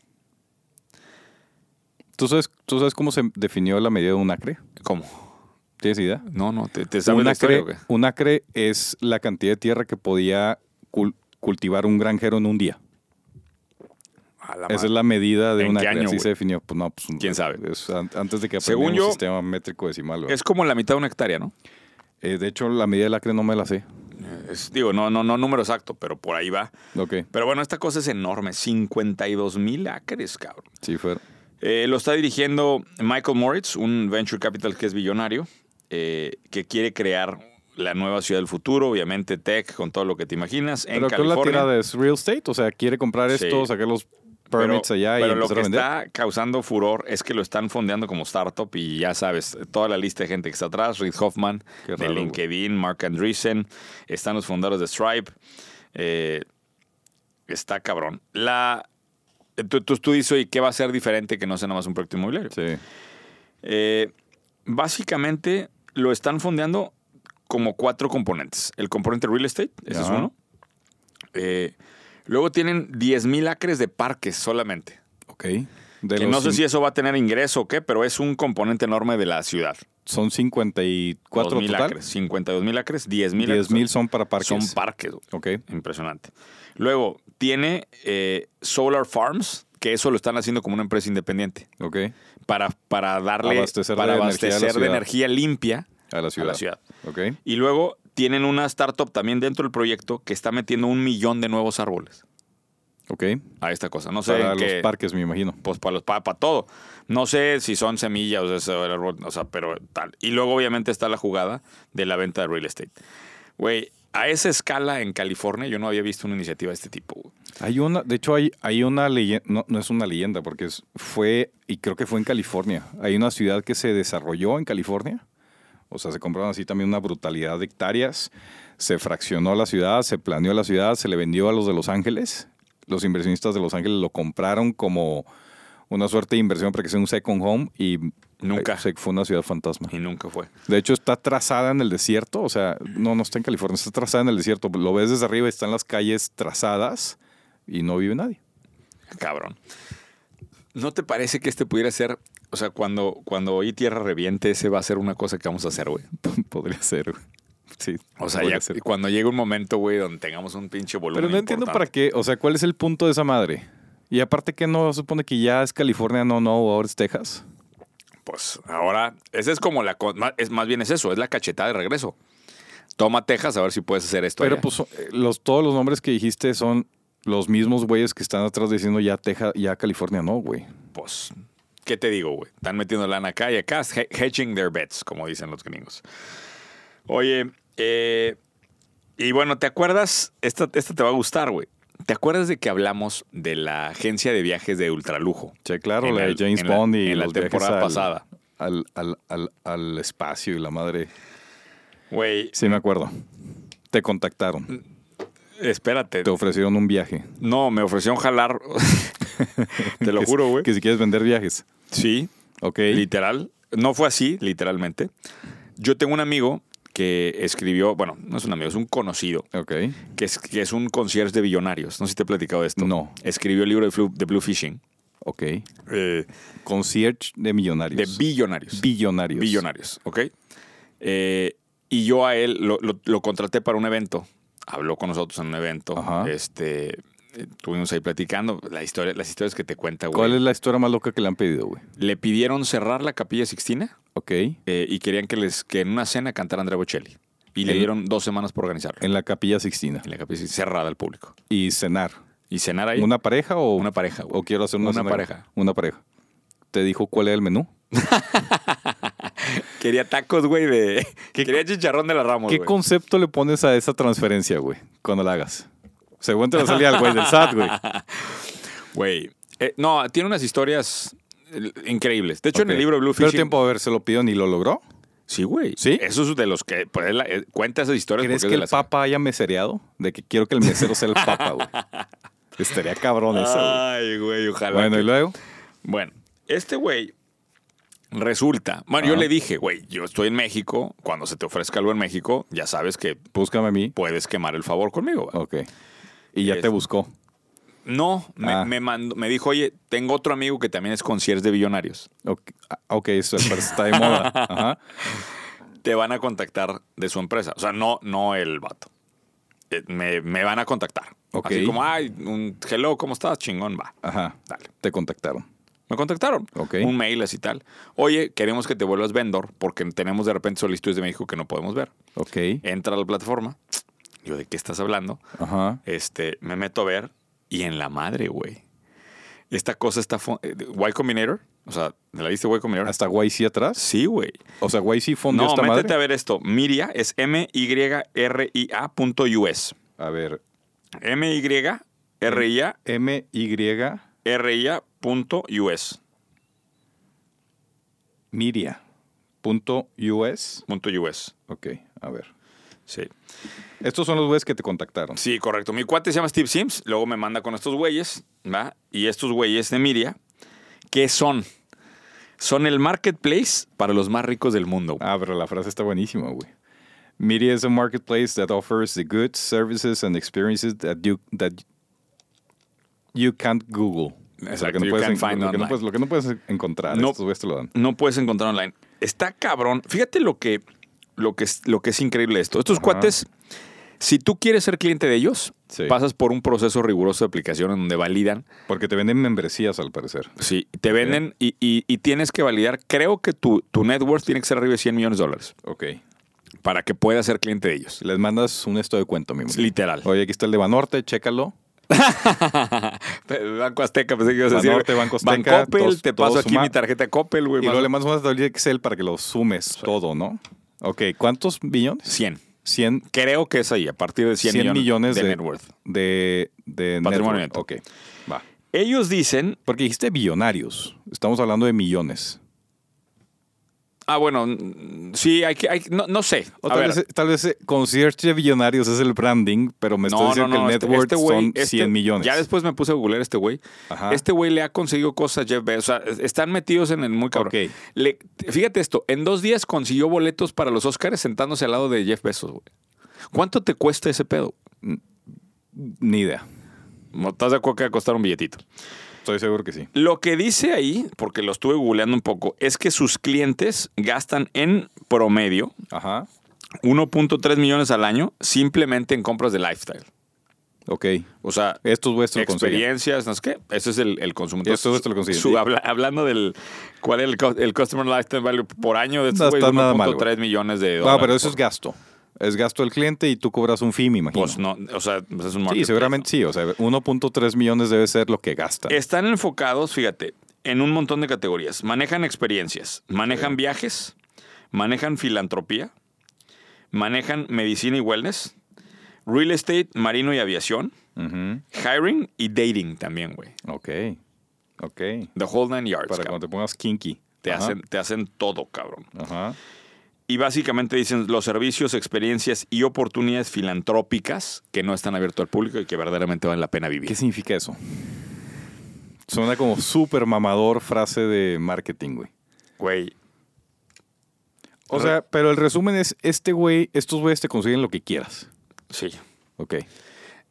¿Tú sabes, ¿Tú sabes cómo se definió la medida de un acre?
¿Cómo?
¿Tienes idea?
No, no, te, te sabes
Un
la historia.
acre,
o qué?
un acre es la cantidad de tierra que podía cul- cultivar un granjero en un día.
A la Ah,
Esa
madre.
es la medida de
¿En
un
qué
acre.
año,
Así
güey?
se definió. Pues no, pues,
¿Quién sabe?
es an- antes de que
Según
aprendimos
yo,
el sistema métrico decimal. güey.
Es como la mitad de una hectárea, ¿no?
Eh, de hecho, la medida del acre no me la sé.
Es- digo, no, no, no número exacto, pero por ahí va.
Ok.
Pero bueno, esta cosa es enorme, 52 mil acres, cabrón.
Sí, fue.
Eh, lo está dirigiendo Michael Moritz, un venture capital que es billonario, eh, que quiere crear la nueva ciudad del futuro, obviamente tech, con todo lo que te imaginas, en
Pero ¿qué es la
California.
tirada? ¿Es real estate? O sea, quiere comprar
Sí.
esto, sacar los permits allá y
pero lo
empezar
que
a vender.
está causando furor es que lo están fondeando como startup y ya sabes, toda la lista de gente que está atrás, Reid Hoffman,
Qué
de
raro, güey.
LinkedIn, Mark Andreessen, están los fundadores de Stripe, eh, está cabrón. La, eh, tú, tú, tú dices, oye, ¿qué va a ser diferente que no sea nada más un proyecto inmobiliario?
Sí.
Eh, básicamente lo están fondeando como cuatro componentes. El componente real estate, ese es
Ajá.
uno. Eh, luego tienen 10 mil acres de parques solamente.
Ok. De
Que
los
no sé
cin-
si eso va a tener ingreso o qué, pero es un componente enorme de la ciudad.
Son 54
2,000
total.
acres, 52 mil acres, 10 mil
10 mil son para parques.
son parques. güey.
Ok.
Impresionante. Luego, tiene eh, Solar Farms, que eso lo están haciendo como una empresa independiente,
Ok.
para, para darle,
Abastecer
para
de energía a la
abastecer de
ciudad.
energía limpia
A la ciudad.
a la ciudad.
Ok.
Y luego tienen una startup también dentro del proyecto que está metiendo un millón de nuevos árboles
Ok.
a esta cosa. No sé
Para
en
los
qué-
parques, me imagino.
pues para los para, para todo. No sé si son semillas o sea, eso, el árbol, o sea, pero tal. Y luego obviamente está la jugada de la venta de real estate. Güey, a esa escala en California yo no había visto una iniciativa de este tipo. güey.
Hay una, de hecho, hay, hay una leyenda, no, no es una leyenda, porque es- fue, y creo que fue en California. Hay una ciudad que se desarrolló en California. O sea, se compraron así también una brutalidad de hectáreas. Se fraccionó la ciudad, se planeó la ciudad, se le vendió a los de Los Ángeles. Los inversionistas de Los Ángeles lo compraron como una suerte de inversión para que sea un second home y
Nunca.
se- fue una ciudad fantasma.
Y nunca fue.
De hecho, está trazada en el desierto. O sea, no, no está en California, está trazada en el desierto. Lo ves desde arriba, están las calles trazadas y no vive nadie. [LAUGHS]
Cabrón. ¿No te parece que este pudiera ser, o sea, cuando, cuando hoy Tierra reviente, ese va a ser una cosa que vamos a hacer, güey?
Podría ser, güey. Sí.
O sea,
podría
ya
ser.
cuando llegue un momento, güey, donde tengamos un pinche volumen.
Pero no entiendo
importante.
para qué. O sea, ¿cuál es el punto de esa madre? Y aparte que no supone que ya es California, no, no, ahora es Texas.
Pues ahora, esa es como la. co- ma- Es, más bien es eso, es la cachetada de regreso. Toma Texas a ver si puedes hacer esto.
Pero
allá.
pues eh, los, todos los nombres que dijiste son los mismos güeyes que están atrás diciendo ya Texas, ya California, no, güey.
Pues, ¿qué te digo, güey? Están metiendo lana acá y acá, he- hedging their bets, como dicen los gringos. Oye, eh, y bueno, ¿te acuerdas? Esta, esta te va a gustar, güey. ¿Te acuerdas de que hablamos de la agencia de viajes de ultralujo?
Sí, claro,
En
la de
el-
James
en la-
Bond y
en la
los viajes
temporada
al-
pasada.
Al, al, al, al espacio y la madre.
Güey,
Sí, me acuerdo. Te contactaron,
espérate.
te ofrecieron un viaje.
No, me ofrecieron jalar. [LAUGHS] te lo
Que si-
juro, güey.
Que si quieres vender viajes.
Sí,
Ok.
Literal. No fue así, literalmente. Yo tengo un amigo que escribió, bueno, no es un amigo, es un conocido,
Ok.
que es, que es un concierge de billonarios. No sé si te he platicado de esto.
No.
Escribió el libro de, Flu- de Blue Fishing.
Ok.
eh,
Concierge de
de
millonarios.
billonarios.
billonarios.
Billonarios, ¿ok? Eh, y yo a él lo, lo- lo contraté para un evento. Habló con nosotros en un evento.
Ajá.
Este, eh, estuvimos ahí platicando. La historia, las historias que te cuenta, güey.
¿Cuál es la historia más loca que le han pedido, güey?
Le pidieron cerrar la capilla Sixtina.
Ok.
eh, y querían que les que en una cena cantara Andrea Bocelli. Y le
En-
dieron dos semanas por organizarlo. En,
En la capilla Sixtina.
la capilla cerrada al público.
Y cenar.
Y cenar ahí.
¿Una pareja o,
Una pareja, güey.
o quiero hacer una,
Una
cena-
pareja.
Una pareja. ¿Te dijo cuál era el menú?
Quería tacos, güey, [LAUGHS] de. Quería chicharrón de la Ramos,
¿Qué
güey.
concepto le pones a esa transferencia, güey? Cuando la hagas. Según te la salía el güey del SAT, güey.
Güey. Eh, no, tiene unas historias eh, increíbles. De hecho, en
Ok.
el libro Blue
Pero
Fishing.
tiempo, a ver, se lo pidió ni lo logró.
Sí, güey.
¿Sí?
Eso es de los que. pues, es la- eh, cuenta esas historias.
¿Crees
porque es de
que el
las-
papa haya mesereado? De que quiero que el
[LAUGHS]
mesero sea el papa, güey. Estaría cabrón eso, güey.
Ay, güey, ojalá.
Bueno,
Ah, que-
y luego.
Bueno, este güey resulta. Bueno, yo
Ajá.
le dije, güey, yo estoy en México. Cuando se te ofrezca algo en México, ya sabes que
Búscame a mí.
puedes quemar el favor conmigo. güey.
Ok. Y ya
Es-
te buscó.
No, me,
Ah.
me mandó- me dijo, oye, tengo otro amigo que también es concierge de billonarios.
Ok, ah, ok, eso parece que está de
[LAUGHS]
moda. Ajá.
Te van a contactar de su empresa. O sea, no, no el vato. Eh, Me, me van a contactar.
Ok.
Así como, ay, un hello, ¿cómo estás? Chingón, va.
Ajá.
Dale.
Te contactaron.
Me contactaron.
Ok.
Un mail así tal. Oye, queremos que te vuelvas vendor porque tenemos de repente solicitudes de México que no podemos ver.
Ok.
Entra a la plataforma. Yo, ¿de qué estás hablando?
Ajá.
Este, me meto a ver y en la madre, güey. Esta cosa está... fo- eh, Y Combinator, o sea, ¿de la lista de Y Combinator?
¿Hasta YC atrás?
Sí, güey.
O sea, YC fundió
No,
Ah, esta
métete a
madre.
ver esto. Miria es M-Y-R-I-A punto US.
A ver.
M-Y-R-I-A,
M-Y
R-I-A punto US.
Miria. Punto US.
Punto US.
Ok, a ver.
Sí.
Estos son los güeyes que te contactaron.
Sí, correcto. Mi cuate se llama Steve Sims, luego me manda con estos güeyes, ¿va? Y estos güeyes de Miria, ¿qué son? Son el marketplace para los más ricos del mundo. güey.
Ah, pero la frase está buenísima, güey. Media is a marketplace that offers the goods, services and experiences that you that you can't Google. O sea,
Exacto,
que no
you
puedes
can't
en-
find
lo, que no
online.
puedes, lo que no puedes encontrar.
No.
Estos güeyes te lo dan.
No puedes encontrar online. Está cabrón. Fíjate lo que, lo que, es, lo que es increíble esto. Estos
Ajá.
cuates, si tú quieres ser cliente de ellos,
Sí.
pasas por un proceso riguroso de aplicación en donde validan.
Porque te venden membresías, al parecer.
Sí, te venden y, y- y tienes que validar. Creo que tu, tu net worth tiene que ser arriba de 100 millones de dólares
Ok.
para que puedas ser cliente de [LAUGHS] ellos.
Les mandas un esto de cuento, mi amor.
Literal.
Oye, aquí está el de Banorte, chécalo.
Banco Azteca, pensé que ibas a decir.
Banorte, Banco Azteca,
Coppel,
todos-
te paso
todos
aquí
suma-
mi tarjeta Coppel, güey.
Y luego
más-
le mandas una tablilla de Excel para que lo sumes todo, ¿no? Ok, ¿cuántos billones?
100.
100
Creo que es ahí, a partir de 100,
100 millones
de,
de-
net worth.
de, de
Patrimonio
network.
neto.
Ok, va.
Ellos dicen,
Porque dijiste billonarios. Estamos hablando de millones.
Ah, bueno, mm, sí, hay que. hay- no, no sé.
O
A
tal,
ver,
vez, tal vez eh, Concierge de Billonarios es el branding, pero me estás diciendo que el
este-
net worth
este güey-
son 100
este-
millones.
Ya después me puse a googlear este güey.
Ajá.
Este güey le ha conseguido cosas a Jeff Bezos. O sea, es- están metidos en el muy cabrón.
Ok.
Le- fíjate esto, en dos días consiguió boletos para los Oscars sentándose al lado de Jeff Bezos, güey. ¿Cuánto te cuesta ese pedo?
Ni idea.
No estás de acuerdo que va a costar un billetito.
Estoy seguro que sí.
Lo que dice ahí, porque lo estuve googleando un poco, es que sus clientes gastan en promedio
Ajá.
1.3 millones al año simplemente en compras de lifestyle.
Ok.
O sea,
Estos güeyes te lo consiguen.
experiencias, no sé qué. Ese es el, el consumo.
Eso- eso lo consiguen,
su-
sí.
habla- hablando del cuál es el, cos- el Customer Lifetime Value por año de
No
estos güeyes,
está nada mal,
1.3 millones de dólares.
No, pero eso
por-
es gasto. Es gasto del cliente y tú cobras un fee, me imagino.
Pues no, o sea, pues es un
sí,
marketplace,
seguramente sí. O sea, 1.3 millones debe ser lo que gasta.
¿no? Están enfocados, fíjate, en un montón de categorías. Manejan experiencias, manejan viajes, manejan filantropía, manejan medicina y wellness, real estate, marino y aviación,
Ujú.
hiring y dating también, güey.
Ok. Ok.
The whole nine yards,
Para
cabrón.
cuando te pongas kinky.
Pues, Te
Ajá.
hacen, te hacen todo, cabrón.
Ajá.
Y básicamente dicen los servicios, experiencias y oportunidades filantrópicas que no están abiertos al público y que verdaderamente valen la pena
¿Qué
vivir.
significa eso? Suena como súper mamador frase de marketing, güey.
Güey,
O sea, pero el resumen es, este güey, estos güeyes te consiguen lo que quieras.
sí.
Ok.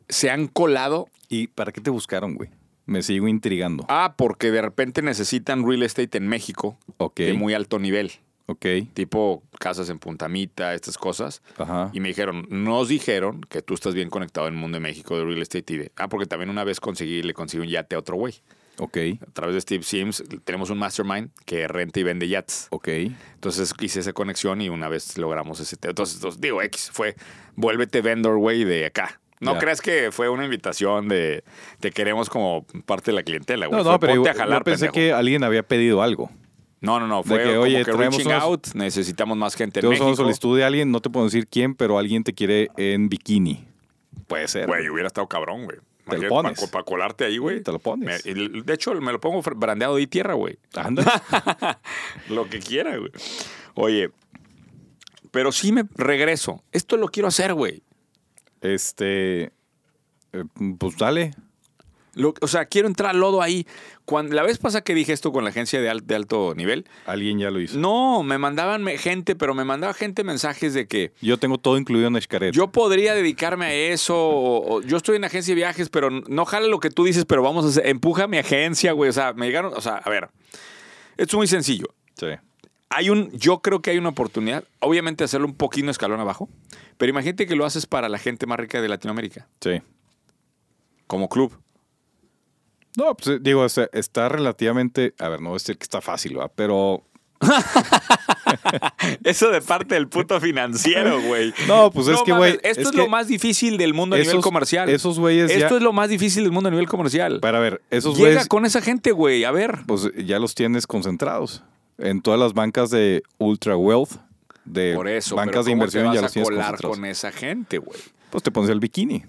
Se han colado.
¿Y para qué te buscaron, güey? Me sigo intrigando.
Ah, porque de repente necesitan real estate en México
Ok.
de muy alto nivel,
Ok.
tipo casas en Puntamita, estas cosas.
Ajá.
Y me dijeron, nos dijeron que tú estás bien conectado en el mundo de México de real estate. Y de, ah, porque también una vez conseguí, le conseguí un yate a otro güey.
Ok.
A través de Steve Sims tenemos un mastermind que renta y vende yates.
Ok.
Entonces hice esa conexión y una vez logramos ese tema. Entonces, entonces, digo, X fue, vuélvete vendor, güey, de acá. No
Ya.
creas que fue una invitación de te queremos como parte de la clientela, güey.
No,
Fue,
no, pero
ponte
yo,
a jalar,
yo pensé
pendejo.
que alguien había pedido algo.
No, no, no. Fue
que,
como
oye,
que
traemos
reaching
unos-
out, necesitamos más gente en
Tenemos una
México.
solicitud de alguien, no te puedo decir quién, pero alguien te quiere en bikini. Puede ser.
Güey, hubiera estado cabrón, güey.
Te lo
Imagínate,
pones.
Para, para colarte ahí, güey.
Te lo pones.
Me- y de hecho, me lo pongo fr- brandeado de tierra, güey. [LAUGHS]
Anda.
Lo que quiera, güey. Oye, pero sí me regreso. Esto lo quiero hacer, güey.
Este. eh, Pues dale.
Lo- o sea, quiero entrar al lodo ahí. Cuando, la vez pasada que dije esto con la agencia de, al- de alto nivel,
Alguien ya lo hizo.
no, me mandaban me- gente, pero me mandaba gente mensajes de que
Yo tengo todo incluido en Escaret.
yo podría dedicarme a eso, o, o yo estoy en agencia de viajes, pero no jala lo que tú dices, pero vamos a hacer, empuja a mi agencia, güey. O sea, me llegaron, o sea, a ver, esto es muy sencillo.
Sí.
Hay un, yo creo que hay una oportunidad, obviamente hacerlo un poquito escalón abajo, pero imagínate que lo haces para la gente más rica de Latinoamérica,
Sí.
como club.
No, pues eh, digo, o sea, está relativamente. A ver, no voy a decir que está fácil, ¿va? Pero.
Eso de parte del puto financiero, güey.
No, pues es que, güey,
mames, Esto
es
es,
que
lo más difícil del mundo a nivel
esos-
comercial.
esos güeyes
Esto
ya-
es lo más difícil del mundo a nivel comercial.
Para ver, esos
Llega
güeyes.
con esa gente, güey. A ver.
Pues ya los tienes concentrados. En todas las bancas de Ultra Wealth, de
Por eso. pero
Eh, bancas de
¿cómo
inversión,
te
ya los
vas a
tienes
colar
concentrados.
con esa gente, güey.
Pues te pones el bikini.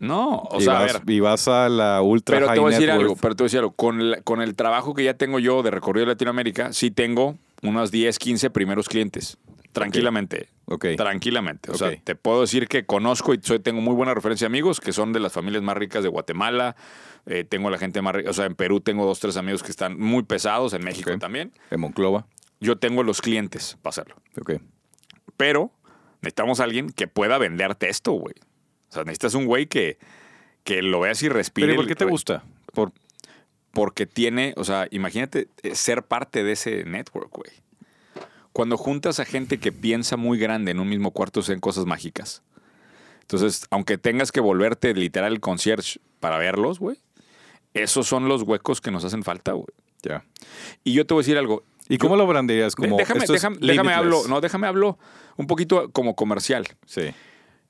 No, o
y,
sea, a
vas,
ver.
y vas a la Ultra
Pero
High
te voy a decir
Net
algo,
Worth.
pero te voy a decir algo. Con, la- con el trabajo que ya tengo yo de recorrido de Latinoamérica, sí tengo unos 10, 15 primeros clientes. Tranquilamente.
Ok.
Tranquilamente. O
Ok.
sea, te puedo decir que conozco y soy, tengo muy buena referencia de amigos que son de las familias más ricas de Guatemala. Eh, tengo la gente más rica. O sea, en Perú tengo dos, tres amigos que están muy pesados, en México
Ok.
también.
En Monclova.
Yo tengo los clientes para hacerlo.
Ok.
Pero necesitamos a alguien que pueda venderte esto, güey. O sea, necesitas un güey que, que lo veas y respire.
Pero ¿y por qué te
el-
gusta? Por,
porque tiene, o sea, imagínate eh, ser parte de ese network, güey. Cuando juntas a gente que piensa muy grande en un mismo cuarto, se ven cosas mágicas. Entonces, aunque tengas que volverte literal el concierge para verlos, güey, esos son los huecos que nos hacen falta, güey.
ya.
Y yo te voy a decir algo.
¿Y cómo lo brandearías?
De-
Como,
déjame,
esto es
déjame, déjame hablo,
limitless.
no, déjame hablo un poquito como comercial.
Sí.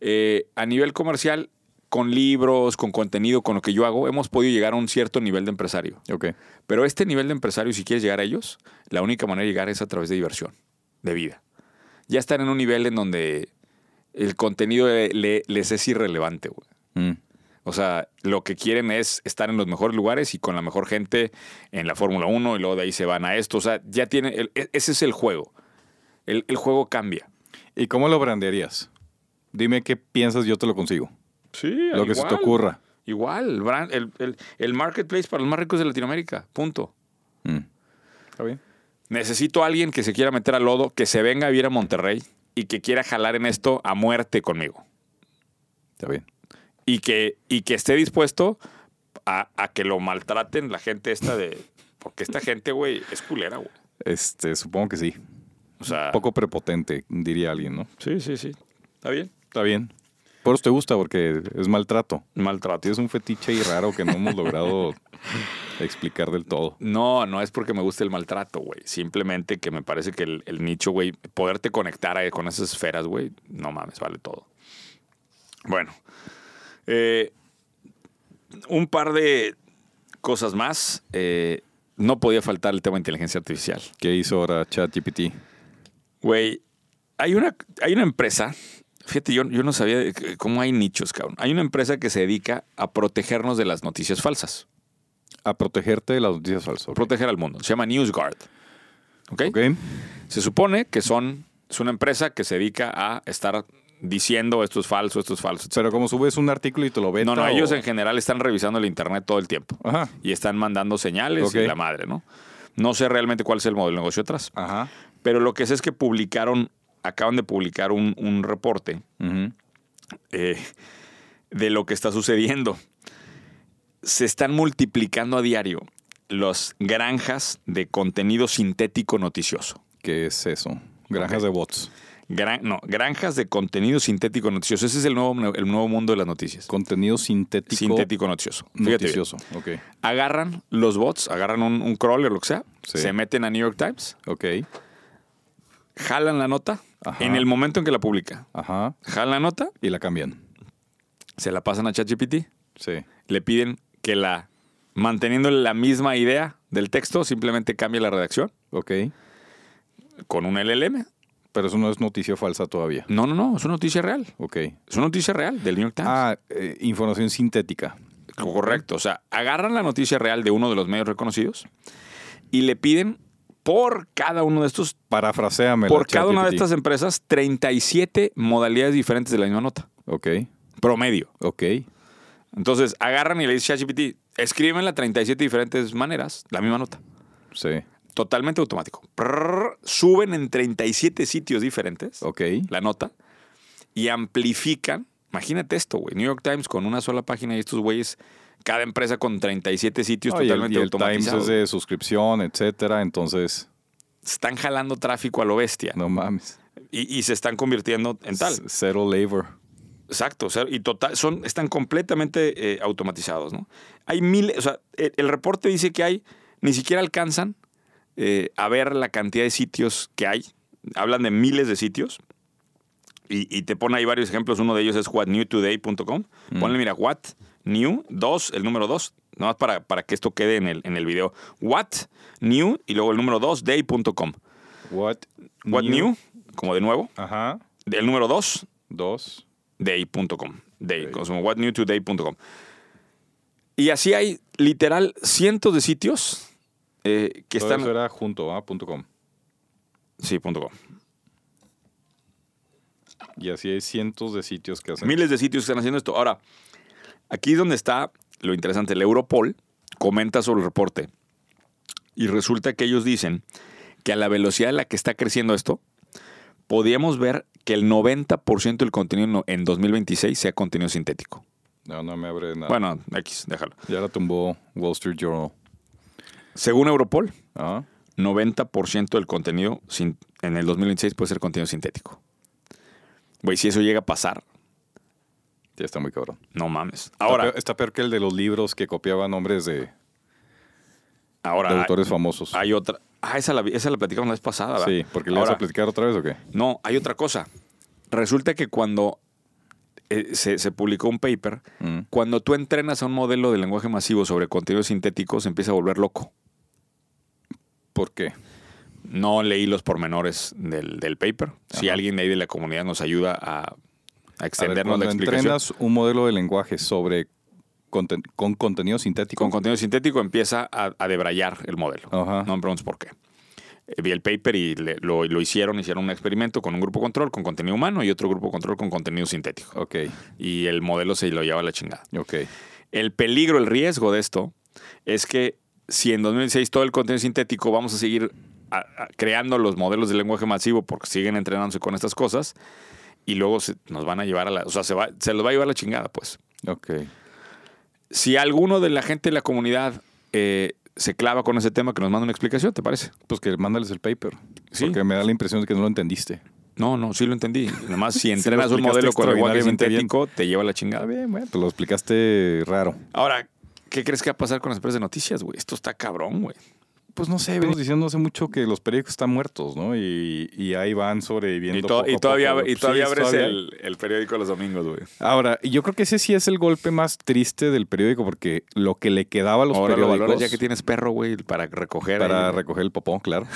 Eh, a nivel comercial, con libros, con contenido, con lo que yo hago, hemos podido llegar a un cierto nivel de empresario.
Ok.
Pero este nivel de empresario, si quieres llegar a ellos, la única manera de llegar es a través de diversión, de vida. Ya están en un nivel en donde el contenido le- le- les es irrelevante, güey.
Mm.
O sea, lo que quieren es estar en los mejores lugares y con la mejor gente en la Fórmula 1 y luego de ahí se van a esto. O sea, ya tienen, el- e- ese es el juego. El, el juego cambia.
¿Y cómo lo brandearías? Dime qué piensas, yo te lo consigo.
Sí,
Lo que se te ocurra.
Igual, el, brand- el- el- el marketplace para los más ricos de Latinoamérica, punto.
Mm. Está bien.
Necesito a alguien que se quiera meter al lodo, que se venga a vivir a Monterrey y que quiera jalar en esto a muerte conmigo.
Está bien.
Y que, y que esté dispuesto a, a que lo maltraten la gente esta de... Porque esta gente, güey, es culera, güey.
Este, supongo que sí.
O sea...
Un poco prepotente, diría alguien, ¿no?
Sí, sí, sí. Está bien.
Está bien. Por eso te gusta, porque es maltrato.
Maltrato.
Tienes un fetiche ahí raro que no
[LAUGHS]
hemos logrado explicar del todo.
No, no es porque me guste el maltrato, güey. Simplemente que me parece que el, el nicho, güey, poderte conectar a- con esas esferas, güey, no mames, vale todo. Bueno, eh, un par de cosas más. Eh, no podía faltar el tema de inteligencia artificial.
¿Qué hizo ahora ChatGPT?
Güey, hay una, hay una empresa, fíjate, yo, yo no sabía de c- cómo hay nichos, cabrón. Hay una empresa que se dedica a protegernos de las noticias falsas,
A protegerte de las noticias falsas.
a proteger al mundo. Se llama NewsGuard. ¿Ok?
Ok.
Se supone que son, es una empresa que se dedica a estar diciendo esto es falso, esto es falso. etc.
Pero como subes un artículo y te lo ven.
No, no, ellos en general están revisando el Internet todo el tiempo
Ajá.
y están mandando señales
Ok.
y la madre, ¿no? No sé realmente cuál es el modelo de negocio atrás,
Ajá.
pero lo que sé es que publicaron, acaban de publicar un, un reporte
Ujú.
eh, de lo que está sucediendo. Se están multiplicando a diario las granjas de contenido sintético noticioso.
¿Qué es eso? Granjas
Ok.
de bots.
Gran- no, granjas de contenido sintético noticioso. Ese es el nuevo, el nuevo mundo de las noticias.
Contenido sintético.
Sintético noticioso. Fíjate bien.
Noticioso. Ok.
Agarran los bots, agarran un, un crawler, lo que sea,
Sí.
se meten a New York Times,
Ok.
jalan la nota
Ajá.
en el momento en que la publica.
Ajá.
Jalan la nota,
Y la cambian.
se la pasan a ChatGPT,
Sí.
le piden que la, manteniendo la misma idea del texto, simplemente cambie la redacción
Ok.
con un LLM.
Pero eso no es noticia falsa todavía.
No, no, no, es una noticia real.
Ok.
Es una noticia real del New York Times.
Ah, eh, información sintética.
Correcto. O sea, agarran la noticia real de uno de los medios reconocidos y le piden por cada uno de estos,
Parafraseame.
por cada una de estas empresas, 37 modalidades diferentes de la misma nota.
Ok.
Promedio.
Ok.
Entonces, agarran y le dicen a ChatGPT, escríbenla 37 diferentes maneras, la misma nota.
Sí.
Totalmente automático. Prrr, suben en 37 sitios diferentes
Ok.
la nota y amplifican. Imagínate esto, güey. New York Times con una sola página y estos güeyes, cada empresa con 37 sitios
No, y el-
totalmente
y el, Times
automatizados.
es de suscripción, etcétera. Entonces,
están jalando tráfico a lo bestia
no mames.
y, y se están convirtiendo en tal.
C- Zero labor.
Exacto. o sea, y total, son, están completamente eh, automatizados, ¿no? Hay miles, o sea, el, el reporte dice que hay, ni siquiera alcanzan eh, a ver la cantidad de sitios que hay. Hablan de miles de sitios. Y, y te pone ahí varios ejemplos. Uno de ellos es whatnewtoday.com. Ponle, mira, what new, dos, el número dos, nomás para, para que esto quede en el, en el video. What new y luego el número dos, day.com.
What,
What new, como de nuevo.
Ajá.
El número 2,
Dos.
day.com. Day,
Ok.
como whatnewtoday.com. Y así hay literal cientos de sitios eh, que
Todo
están.
eso era junto a punto .com.
Sí, punto com.
Y así hay cientos de sitios que hacen.
Miles de sitios que están haciendo esto. Ahora, aquí es donde está lo interesante. El Europol comenta sobre el reporte. Y resulta que ellos dicen que a la velocidad a la que está creciendo esto, podíamos ver que el 90% del contenido no- en 2026 sea contenido sintético.
No, no me abre nada.
Bueno, X, déjalo.
Ya la tumbó Wall Street Journal. Ah,
Según Europol,
Ajá.
90% del contenido sin- en el 2026 puede ser contenido sintético. Güey, si eso llega a pasar,
Ya está muy cabrón.
no mames.
Está
Ahora,
peor- está peor que el de los libros que copiaba nombres de, de
ahora hay-
autores famosos.
hay, otra. Ah, esa la, vi- esa la platicamos la vez pasada. ¿verdad?
Sí, porque le vas
Ahora,
a platicar otra vez o qué?
No, hay otra cosa. Resulta que cuando eh, se, se publicó un paper,
Mm.
cuando tú entrenas a un modelo de lenguaje masivo sobre contenido sintético, se empieza a volver loco.
¿Por qué?
No leí los pormenores del, del paper. Si alguien de ahí de la comunidad nos ayuda a, a
A ver,
extendernos
cuando
la explicación.
entrenas un modelo de lenguaje sobre conten- con contenido
y
sintético.
con contenido sintético empieza a, a debrayar el modelo.
Ajá.
No me preguntes por qué. eh, vi el paper y le- lo, lo hicieron, hicieron un experimento con un grupo control con contenido humano y otro grupo control con contenido sintético.
Ok,
Y el modelo se lo lleva a la chingada.
ok.
El peligro, el riesgo de esto es que si en 2006 todo el contenido sintético vamos a seguir a- a- creando los modelos de lenguaje masivo porque siguen entrenándose con estas cosas y luego se- nos van a llevar a la... O sea, se, va, se los va a llevar a la chingada, pues.
Ok.
Si alguno de la gente de la comunidad eh, se clava con ese tema, que nos manda una explicación, ¿te parece?
Pues que mándales el paper.
Sí.
Porque me da la impresión de que no lo entendiste.
No, no, sí lo entendí. Nada
[LAUGHS]
más si
lo
entrenas un modelo
explicaste
con lenguaje
extraordinariamente bien.
sintético, te lleva a la chingada.
Está bien, bueno. Te lo explicaste raro.
Ahora, ¿qué crees que va a pasar con las empresas de noticias, güey? Esto está cabrón, güey.
Pues no sé, venimos diciendo hace mucho que los periódicos están muertos, ¿no? Y, y ahí van sobreviviendo.
Y, to-
poco
y
a
todavía,
poco. Pues
y todavía
Sí,
abres
todavía.
El, el periódico los domingos, güey.
Ahora, yo creo que ese sí es el golpe más triste del periódico, porque lo que le quedaba a los
Ahora lo
periódicos.
valoras ya que tienes perro, güey, para recoger.
para
ahí.
recoger el
[LAUGHS]
popón, claro.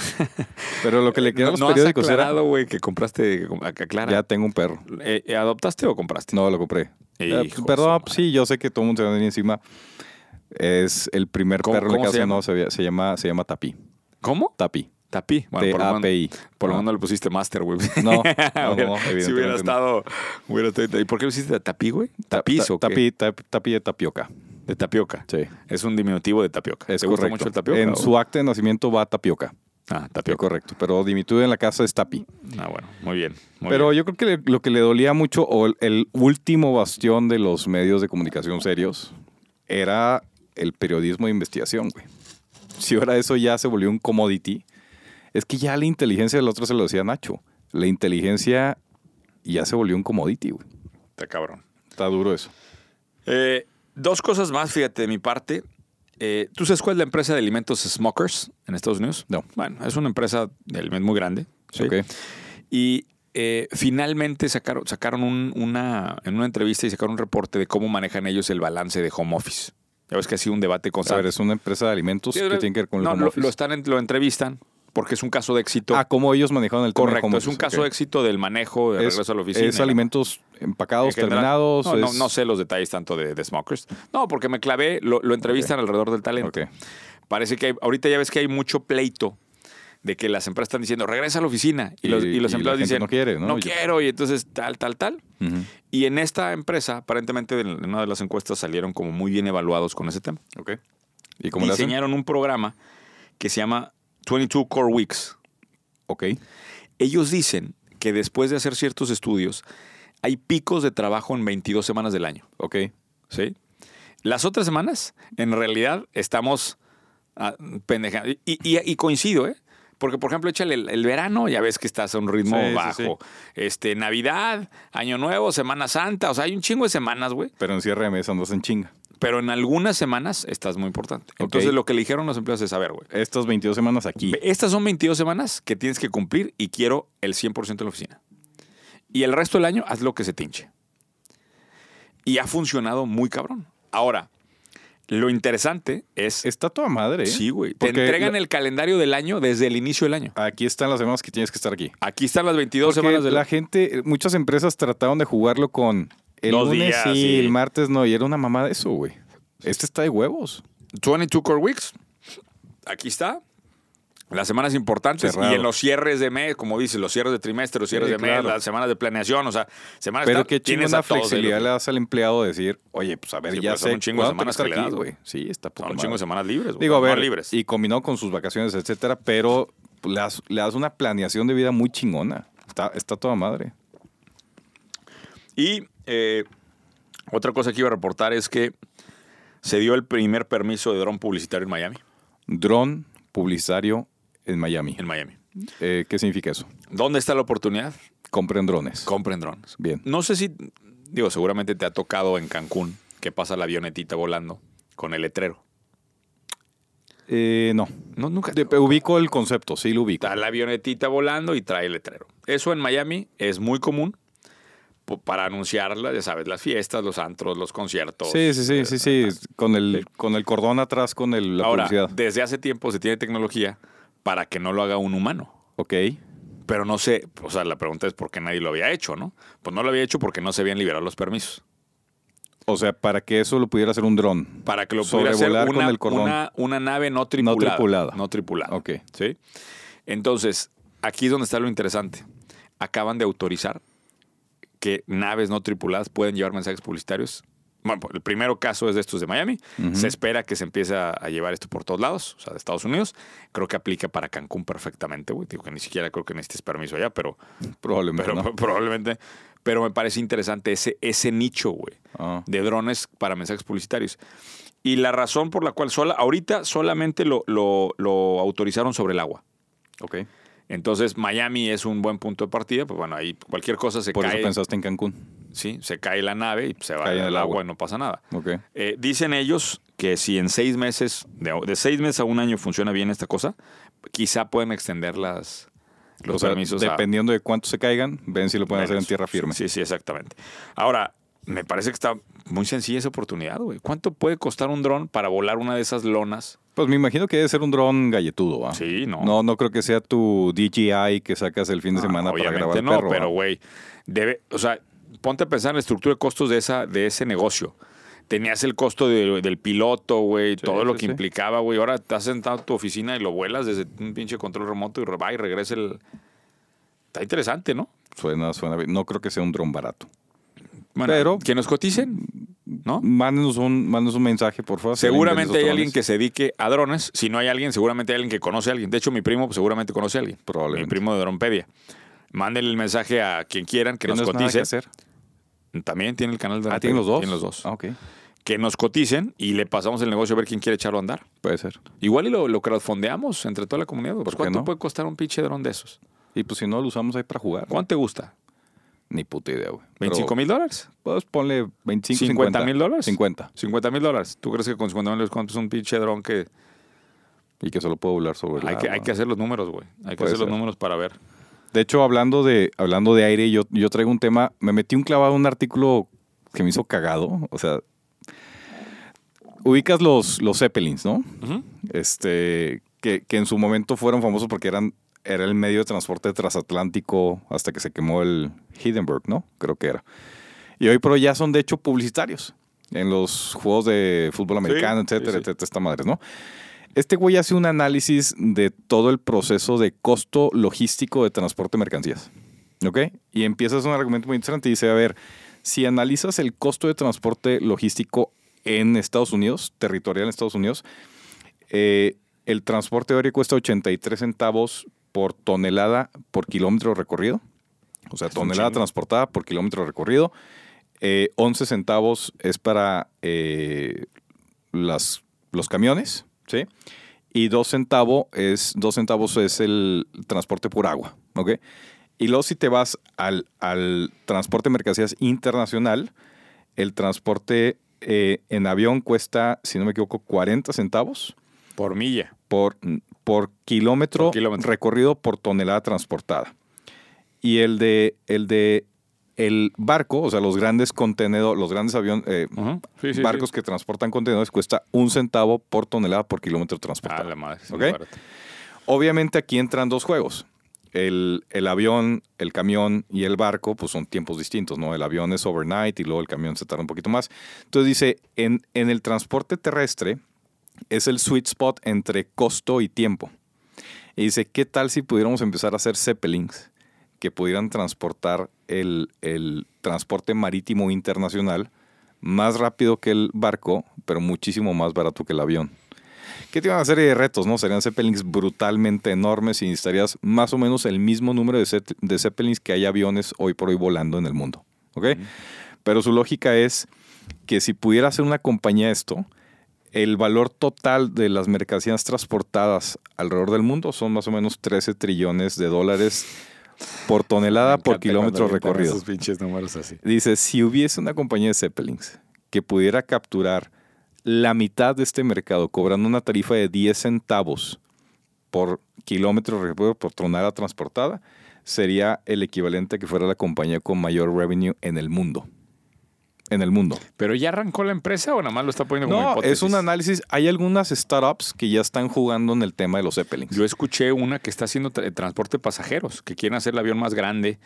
Pero lo que le quedaba a los
no, no has
periódicos era.
aclarado, güey, que compraste. que com- ac- Aclara.
Ya tengo un perro.
Eh, eh, ¿Adoptaste o compraste?
No, lo compré.
Hijo
Eh,
de su
perdón,
madre.
sí, yo sé que todo el mundo se va a venir encima. Es el primer
¿Cómo-
perro en la
cómo se
casa,
llama?
no, se, ve- se llama, se llama Tapi.
¿Cómo?
Tapi.
Tapí. Bueno, por lo menos-
T-A-P-I.
Por lo menos le pusiste master, güey. [LAUGHS]
No, no, no, no,
si hubiera
evidentemente no.
estado. hubiera estado- ¿Y por qué le pusiste tapí, güey? ¿Tapiz o qué?
Tapi, tap- tapi de tapioca.
De tapioca.
Sí.
Es un diminutivo de tapioca.
Es
¿Te gusta
correcto.
mucho el tapioca?
En
o-
su acta de nacimiento va tapioca.
Ah,
Sí,
tapioca.
correcto. Pero dimitido en la casa es tapi.
Ah, bueno, muy bien. muy
Pero yo creo que le- lo que le dolía mucho, o el, el último bastión de los medios de comunicación serios, era el periodismo de investigación, güey. Si ahora eso ya se volvió un commodity, es que ya la inteligencia del otro se lo decía Nacho. La inteligencia ya se volvió un commodity, güey.
bien. Está cabrón.
Está duro eso.
Eh, dos cosas más, fíjate, de mi parte. Eh, ¿Tú sabes cuál es la empresa de alimentos Smokers en Estados Unidos?
No.
Bueno, es una empresa de alimentos muy grande. ¿sí?
Ok.
Y eh, finalmente sacaron, sacaron un- una, en una entrevista y sacaron un reporte de cómo manejan ellos el balance de home office. Ya ves que ha sido un debate
A ver,
constante.
es una empresa de alimentos
Sí,
que tiene que ver con el
no,
home
lo,
office.
lo están en- lo entrevistan porque es un caso de éxito.
Ah, cómo ellos manejaron el tema del
Correcto,
home
es un
office,
caso
ok.
de éxito del manejo, de
Es-
regreso a la oficina.
Es
y la-
alimentos empacados,
en general.
terminados.
No, no,
es-
no sé los detalles tanto de, de Smokers. No, porque me clavé, lo, lo entrevistan alrededor del talento.
Ok.
Parece que hay- ahorita ya ves que hay mucho pleito de que las empresas están diciendo, regresa a la oficina. Y,
Y-
los, y los
y la
empleados
gente
dicen,
no quiere, ¿no? Yo-
quiero, y entonces tal, tal, tal.
Ujú.
Y en esta empresa, aparentemente en una de las encuestas salieron como muy bien evaluados con ese tema.
Ok. ¿Y cómo le hacen?
Diseñaron un programa que se llama 22 Core Weeks.
Ok.
Ellos dicen que después de hacer ciertos estudios, hay picos de trabajo en 22 semanas del año.
Ok.
¿sí? Las otras semanas, en realidad, estamos ah, pendejando. Y, y- y coincido, ¿eh? Porque, por ejemplo, échale el, el verano, ya ves que estás a un ritmo
Sí, sí,
bajo. Este, Navidad, Año Nuevo, Semana Santa. O sea, hay un chingo de semanas, güey.
Pero en cierre de mes andas en chinga.
Pero en algunas semanas estás muy importante.
Ok.
Entonces, lo que le dijeron los empleados es, a ver, güey,
Estas 22 semanas aquí.
estas son 22 semanas que tienes que cumplir y quiero el 100% en la oficina. Y el resto del año haz lo que se tinche. Y ha funcionado muy cabrón. Ahora, lo interesante es...
Está toda madre. ¿eh?
sí, güey. Te
Porque
entregan
la-
el calendario del año desde el inicio del año.
Aquí están las semanas que tienes que estar aquí.
Aquí están las 22
Porque
semanas del
la gente, muchas empresas trataron de jugarlo con el
Dos
lunes
días,
sí,
sí.
el martes no. Y era una mamada eso, güey. Este está de huevos.
22 core weeks. Aquí está. Las semanas importantes
Cerrado.
y en los cierres de mes, como dices, los cierres de trimestre, los cierres
Sí,
de mes,
claro.
las semanas de planeación, o sea, semanas
Pero
tal,
qué
Ah, tienes
chingona
a todos,
flexibilidad
¿eh?
le das al empleado de decir, oye, pues a ver,
Sí,
ya
pues, son
sé.
un chingo de
¿cuándo tengo
semanas
que estar
que le
aquí,
das,
güey? Sí, está poca
Son un
madre.
chingo de semanas libres. güey.
Digo, a
No,
ver,
pues, libres.
y combinado con sus vacaciones, etcétera, pero le das, le das una planeación de vida muy chingona. Está, está toda madre.
Y eh, otra cosa que iba a reportar es que se dio el primer permiso de dron publicitario en Miami.
Dron publicitario en Miami.
En Miami.
Eh, ¿Qué significa eso?
¿Dónde está la oportunidad?
Compren drones.
Compren drones.
Bien.
No sé si, digo, seguramente te ha tocado en Cancún que pasa la avionetita volando con el letrero.
Eh, no.
No, nunca.
De- ubico el concepto, sí lo ubico.
Está la avionetita volando y trae el letrero. Eso en Miami es muy común po- para anunciarla, ya sabes, las fiestas, los antros, los conciertos.
Sí, sí, sí, sí, sí. Con el, con el cordón atrás, con el, la
Ahora,
publicidad.
desde hace tiempo se tiene tecnología para que no lo haga un humano.
Ok.
Pero no sé, o sea, la pregunta es por qué nadie lo había hecho, ¿no? Pues no lo había hecho porque no se habían liberado los permisos.
O sea, para que eso lo pudiera hacer un dron.
Para que lo pudiera hacer
Sobrevolar
una,
con el cordón.
una, una nave no tripulada.
tripulada.
No tripulada.
Ok.
¿Sí? Entonces, aquí es donde está lo interesante. Acaban de autorizar que naves no tripuladas pueden llevar mensajes publicitarios. Bueno, el primero caso es de estos de Miami. Se espera que se empiece a, a llevar esto por todos lados, o sea, de Estados Unidos. Creo que aplica para Cancún perfectamente, güey. Digo que ni siquiera creo que necesites permiso allá, pero,
Probablemente.
pero [LAUGHS]
¿no?
probablemente. Pero me parece interesante ese, ese nicho, güey
Ah.
de drones para mensajes publicitarios. Y la razón por la cual sola, ahorita solamente lo, lo- lo autorizaron sobre el agua.
Ok.
Entonces Miami es un buen punto de partida, pues bueno, ahí cualquier cosa se
Por eso
cae,
pensaste en Cancún.
sí, se cae la nave y se va
Cae en
al
el
agua.
agua.
y no pasa nada.
Ok.
Eh, dicen ellos que si en seis meses, de, de seis meses a un año funciona bien esta cosa, quizá pueden extender las, los
O sea,
permisos. a-
dependiendo de cuánto se caigan, ven si lo pueden hacer en
Menos.
tierra firme.
Sí, sí, exactamente. Ahora, me parece que está muy sencilla esa oportunidad, güey. ¿Cuánto puede costar un dron para volar una de esas lonas?
Pues me imagino que debe ser un dron galletudo, ¿va?
Sí, no.
No, no creo que sea tu DJI que sacas el fin de semana
Ah,
para
obviamente
grabar el
no,
perro.
pero
¿va?
güey, debe, o sea, ponte a pensar en la estructura de costos de esa de ese negocio. Tenías el costo de- del piloto, güey, todo lo
sí,
que
sí.
implicaba, güey. Ahora estás sentado en tu oficina y lo vuelas desde un pinche control remoto y re- va y regresa el Está interesante, ¿no?
Suena, suena bien. No creo que sea un dron barato.
Bueno,
Pero-
que nos coticen, ¿no?
Mándenos un, mándenos un mensaje, por favor. si
Seguramente hay
alguien vende
alguien
esos
que se dedique a drones. Si no hay alguien, seguramente hay alguien que conoce a alguien. De hecho, mi primo pues, seguramente conoce a alguien.
Probablemente.
Mi primo de Dronpedia. Mándenle el mensaje a quien quieran que
drones.
nos
¿Tienes nada que
cotice.
hacer?
También tiene el canal de
Ah,
Dronpedia.
¿tienen los dos?
Tienen los dos.
Ah, ok.
Que nos coticen y le pasamos el negocio a ver quién quiere echarlo a andar.
Puede ser.
Igual y lo, lo crowdfondeamos entre toda la comunidad. Pues,
qué
¿Cuánto
no?
puede costar un pinche dron de esos?
Y pues si no, lo usamos ahí para jugar.
¿Cuánto te gusta?
Ni puta idea, güey. Pero,
¿25 mil dólares?
Pues ponle 25,
50 mil dólares?
50.
50 mil dólares. ¿Tú crees que con 50 mil dólares cuánto es un pinche dron que...
Y que solo puedo volar sobre el
Hay que,
agua.
hay que hacer los números, güey. Hay que
Pues Puede
hacer los
ser.
números para ver.
De hecho, hablando de, hablando de aire, yo, yo traigo un tema. Me metí un clavado en un artículo que me hizo cagado. O sea, ubicas los, los Zeppelins, ¿no?
Ujú.
Este, que, que en su momento fueron famosos porque eran, era el medio de transporte transatlántico hasta que se quemó el Hindenburg, ¿no? Creo que era. Y hoy por hoy ya son, de hecho, publicitarios en los juegos de fútbol americano,
sí,
etcétera,
sí.
etcétera, esta madre, ¿no? Este güey hace un análisis de todo el proceso de costo logístico de transporte de mercancías. ¿Ok? Y empieza a hacer un argumento muy interesante. Dice, a ver, si analizas el costo de transporte logístico en Estados Unidos, territorial en Estados Unidos, eh, el transporte aéreo cuesta 83 centavos por tonelada por kilómetro recorrido. O sea,
Es un
tonelada
chingo.
transportada por kilómetro recorrido. Eh, 11 centavos es para eh, las, los camiones, ¿sí? Y 2 centavos es, dos centavos es el transporte por agua, ¿ok? Y luego si te vas al, al transporte de mercancías internacional, el transporte eh, en avión cuesta, si no me equivoco, 40 centavos
Por milla.
por, por, kilómetro,
Por kilómetro.
recorrido por tonelada transportada. Y el de el de el barco, o sea, los grandes contenedores, los grandes aviones,
Ujú. Sí, sí,
barcos
sí.
que transportan contenedores cuesta un centavo por tonelada por kilómetro
Ah,
transportado.
la madre. sí,
¿Ok?
muy barato.
Obviamente aquí entran dos juegos. El, el avión, el camión y el barco, pues son tiempos distintos, ¿no? El avión es overnight y luego el camión se tarda un poquito más. Entonces dice, en, en el transporte terrestre es el sweet spot entre costo y tiempo. Y dice, ¿qué tal si pudiéramos empezar a hacer Zeppelins que pudieran transportar el, el transporte marítimo internacional más rápido que el barco, pero muchísimo más barato que el avión? que tiene una serie de retos, ¿no? Serían Zeppelins brutalmente enormes y necesitarías más o menos el mismo número de, Zet- de Zeppelins que hay aviones hoy por hoy volando en el mundo, ¿ok? Pero su lógica es que si pudiera hacer una compañía esto, el valor total de las mercancías transportadas alrededor del mundo son más o menos 13 trillones de dólares por
Me
tonelada
encanta
por
cuando
kilómetro
avientan
recorrido.
Esos pinches números así.
Dice, si hubiese una compañía de Zeppelins que pudiera capturar la mitad de este mercado cobrando una tarifa de 10 centavos por kilómetro recorrido por tronada transportada, sería el equivalente a que fuera la compañía con mayor revenue en el mundo. En el mundo.
¿Pero ya arrancó la empresa o nada más lo está poniendo como
No,
hipótesis?
es un análisis. Hay algunas startups que ya están jugando en el tema de los Zeppelins.
Yo escuché una que está haciendo tra- transporte de pasajeros, que quieren hacer el avión más grande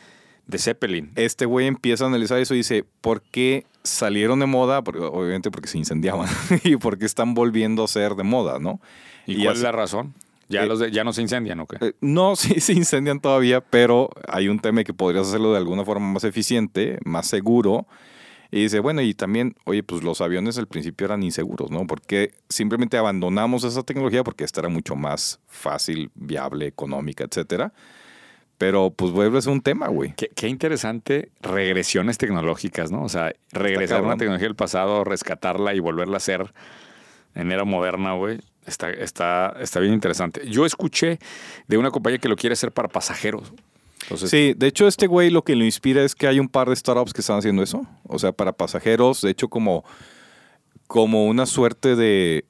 de Zeppelin.
este güey empieza a analizar eso y dice, ¿por qué salieron de moda? Porque, [LAUGHS] obviamente porque se incendiaban y porque están volviendo a ser de moda, ¿no?
¿Y cuál
hace-
es la razón? Ya,
Eh,
los de- ya no se incendian, ¿o qué?
Eh, No, [LAUGHS] sí se incendian todavía, pero hay un tema que podrías hacerlo de alguna forma más eficiente, más seguro. Y dice, bueno, y también, oye, pues los aviones al principio eran inseguros, ¿no? Porque simplemente abandonamos esa tecnología porque esta era mucho más fácil, viable, económica, etcétera. Pero pues vuelve a ser un tema, güey.
Qué, qué interesante regresiones tecnológicas, ¿no? O sea, regresar a
cabrón.
una tecnología del pasado, rescatarla y volverla a ser en era moderna, güey. Está, está, está bien interesante. Yo escuché de una compañía que lo quiere hacer para pasajeros. Entonces,
Sí, de hecho este güey lo que lo inspira es que hay un par de startups que están haciendo eso, o sea, para pasajeros, de hecho como, como una suerte de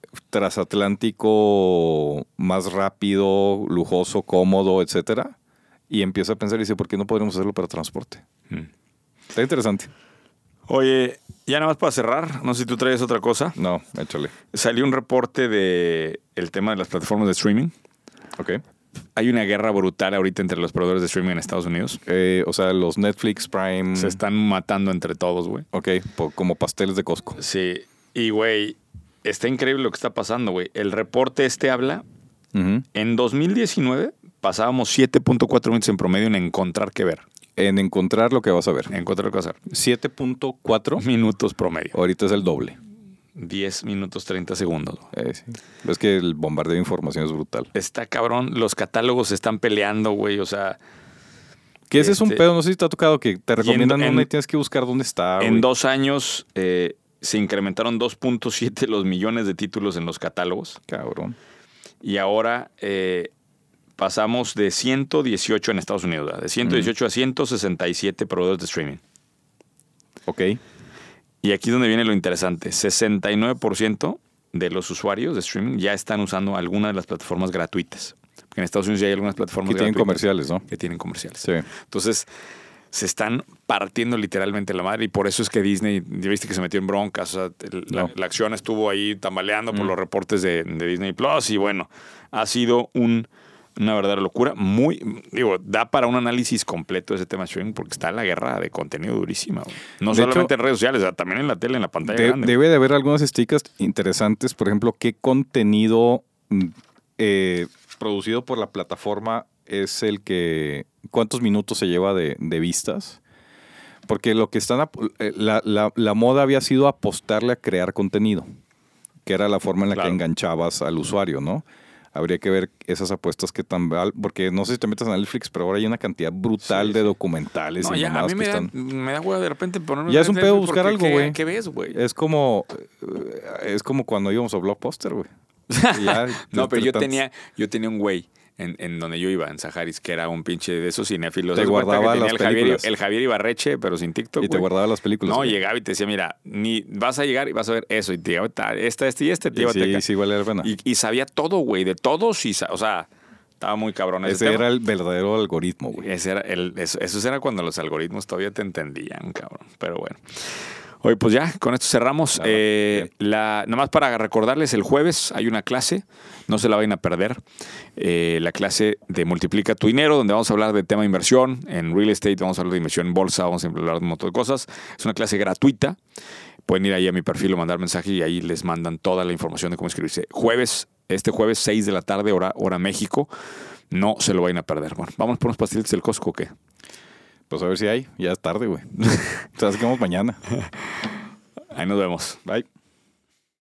transatlántico más rápido, lujoso, cómodo, etcétera, y empieza a pensar y dice, ¿por qué no podríamos hacerlo para transporte?
Mm.
Está interesante.
Oye, ya nada más para cerrar, no sé si tú traes otra cosa.
No, échale.
Salió un reporte de el tema de las plataformas de streaming.
Ok.
Hay una guerra brutal ahorita entre los proveedores de streaming en Estados Unidos.
Eh, o sea, los Netflix Prime.
Se están matando entre todos, güey.
Ok, po- como pasteles de Costco.
Sí, y güey, está increíble lo que está pasando, güey. El reporte este habla,
Ujú.
en 2019 pasábamos 7.4 minutos en promedio en encontrar qué ver,
En encontrar lo que vas a ver.
en encontrar qué hacer.
7.4.
Minutos promedio,
Ahorita es el doble.
10 minutos 30 segundos. güey.
Eh, sí. Es que el bombardeo de información es brutal.
Está cabrón, los catálogos se están peleando, güey, o sea,
Que ese es un
Este-
pedo, no sé si te ha tocado que te recomiendan
en-
una y tienes que buscar dónde está.
en
Ah, güey.
dos años eh, se incrementaron 2.7 los millones de títulos en los catálogos
Cabrón.
y ahora eh, pasamos de 118 en Estados Unidos, ¿verdad? de
Mm.
118 a 167 proveedores de streaming.
Ok.
Y aquí es donde viene lo interesante. 69% de los usuarios de streaming ya están usando alguna de las plataformas gratuitas. Porque en Estados Unidos ya hay algunas plataformas
Que tienen
gratuitas
comerciales, ¿no?
que tienen comerciales.
Sí.
Entonces, se están partiendo literalmente la madre y por eso es que Disney, ya viste que se metió en broncas, o sea, el- la,
No.
la acción estuvo ahí tambaleando por
Mm.
los reportes de, de Disney Plus y bueno, ha sido un- una verdadera locura, muy, digo, da para un análisis completo ese tema streaming porque está la guerra de contenido durísima. güey. No
De
solamente
hecho-
en redes sociales, o sea, también en la tele, en la pantalla
De-
grande.
debe de haber algunas esticas interesantes. Por ejemplo, qué contenido mm, eh, producido por la plataforma es el que. ¿Cuántos minutos se lleva de, de vistas? Porque lo que están. ap- eh, La, la- la moda había sido apostarle a crear contenido, que era la forma en la
Claro.
que enganchabas al usuario, ¿no? Habría que ver esas apuestas que tan. val- Porque no sé si te metas a Netflix, pero ahora hay una cantidad brutal
Sí,
de
sí.
documentales
No,
y
ya, a
mamadas
mí
que
me da,
están.
me da hueva de repente ponerme
Ya es un
enfrente
pedo
porque
buscar algo,
¿qué-
güey.
¿Qué ves, güey?
Es como eh, es como cuando íbamos a Blockbuster, güey.
[LAUGHS]
Ya,
No, pero
entre
yo
tantos-
tenía, yo tenía un güey en, en donde yo iba, en Saharis, que era un pinche de esos cinéfilos.
Te
Haz de cuenta
guardaba
que tenía
las
el Javier,
películas.
el Javier Ibarreche, pero sin TikTok.
y te
güey.
guardaba las películas.
No,
güey.
llegaba y te decía, mira, ni vas a llegar y vas a ver eso. Y te lleva ta- esta, este y este, te
Y
lleva
sí, sí vale la pena.
y, y sabía todo, güey, de todos. Y, sa- o sea, estaba muy cabrón. Ese,
Ese
tema.
era el verdadero algoritmo, güey.
Ese era el- eso, eso era cuando los algoritmos todavía te entendían, cabrón. Pero bueno. Oye, pues ya, con esto cerramos.
Ah,
Eh, la, nada más para recordarles, el jueves hay una clase, no se la vayan a perder, eh, la clase de Multiplica tu dinero, donde vamos a hablar de tema de inversión en real estate, vamos a hablar de inversión en bolsa, vamos a hablar de un montón de cosas. Es una clase gratuita. Pueden ir ahí a mi perfil o mandar mensaje y ahí les mandan toda la información de cómo inscribirse. Jueves, este jueves 6 de la tarde, hora, hora México. No se lo vayan a perder. Bueno, vamos por unos pasteles del Costco, ¿o ¿qué?
Pues a [LAUGHS] ver si hay. Ya es tarde, güey. Te las quedamos mañana.
Ahí nos vemos.
Bye.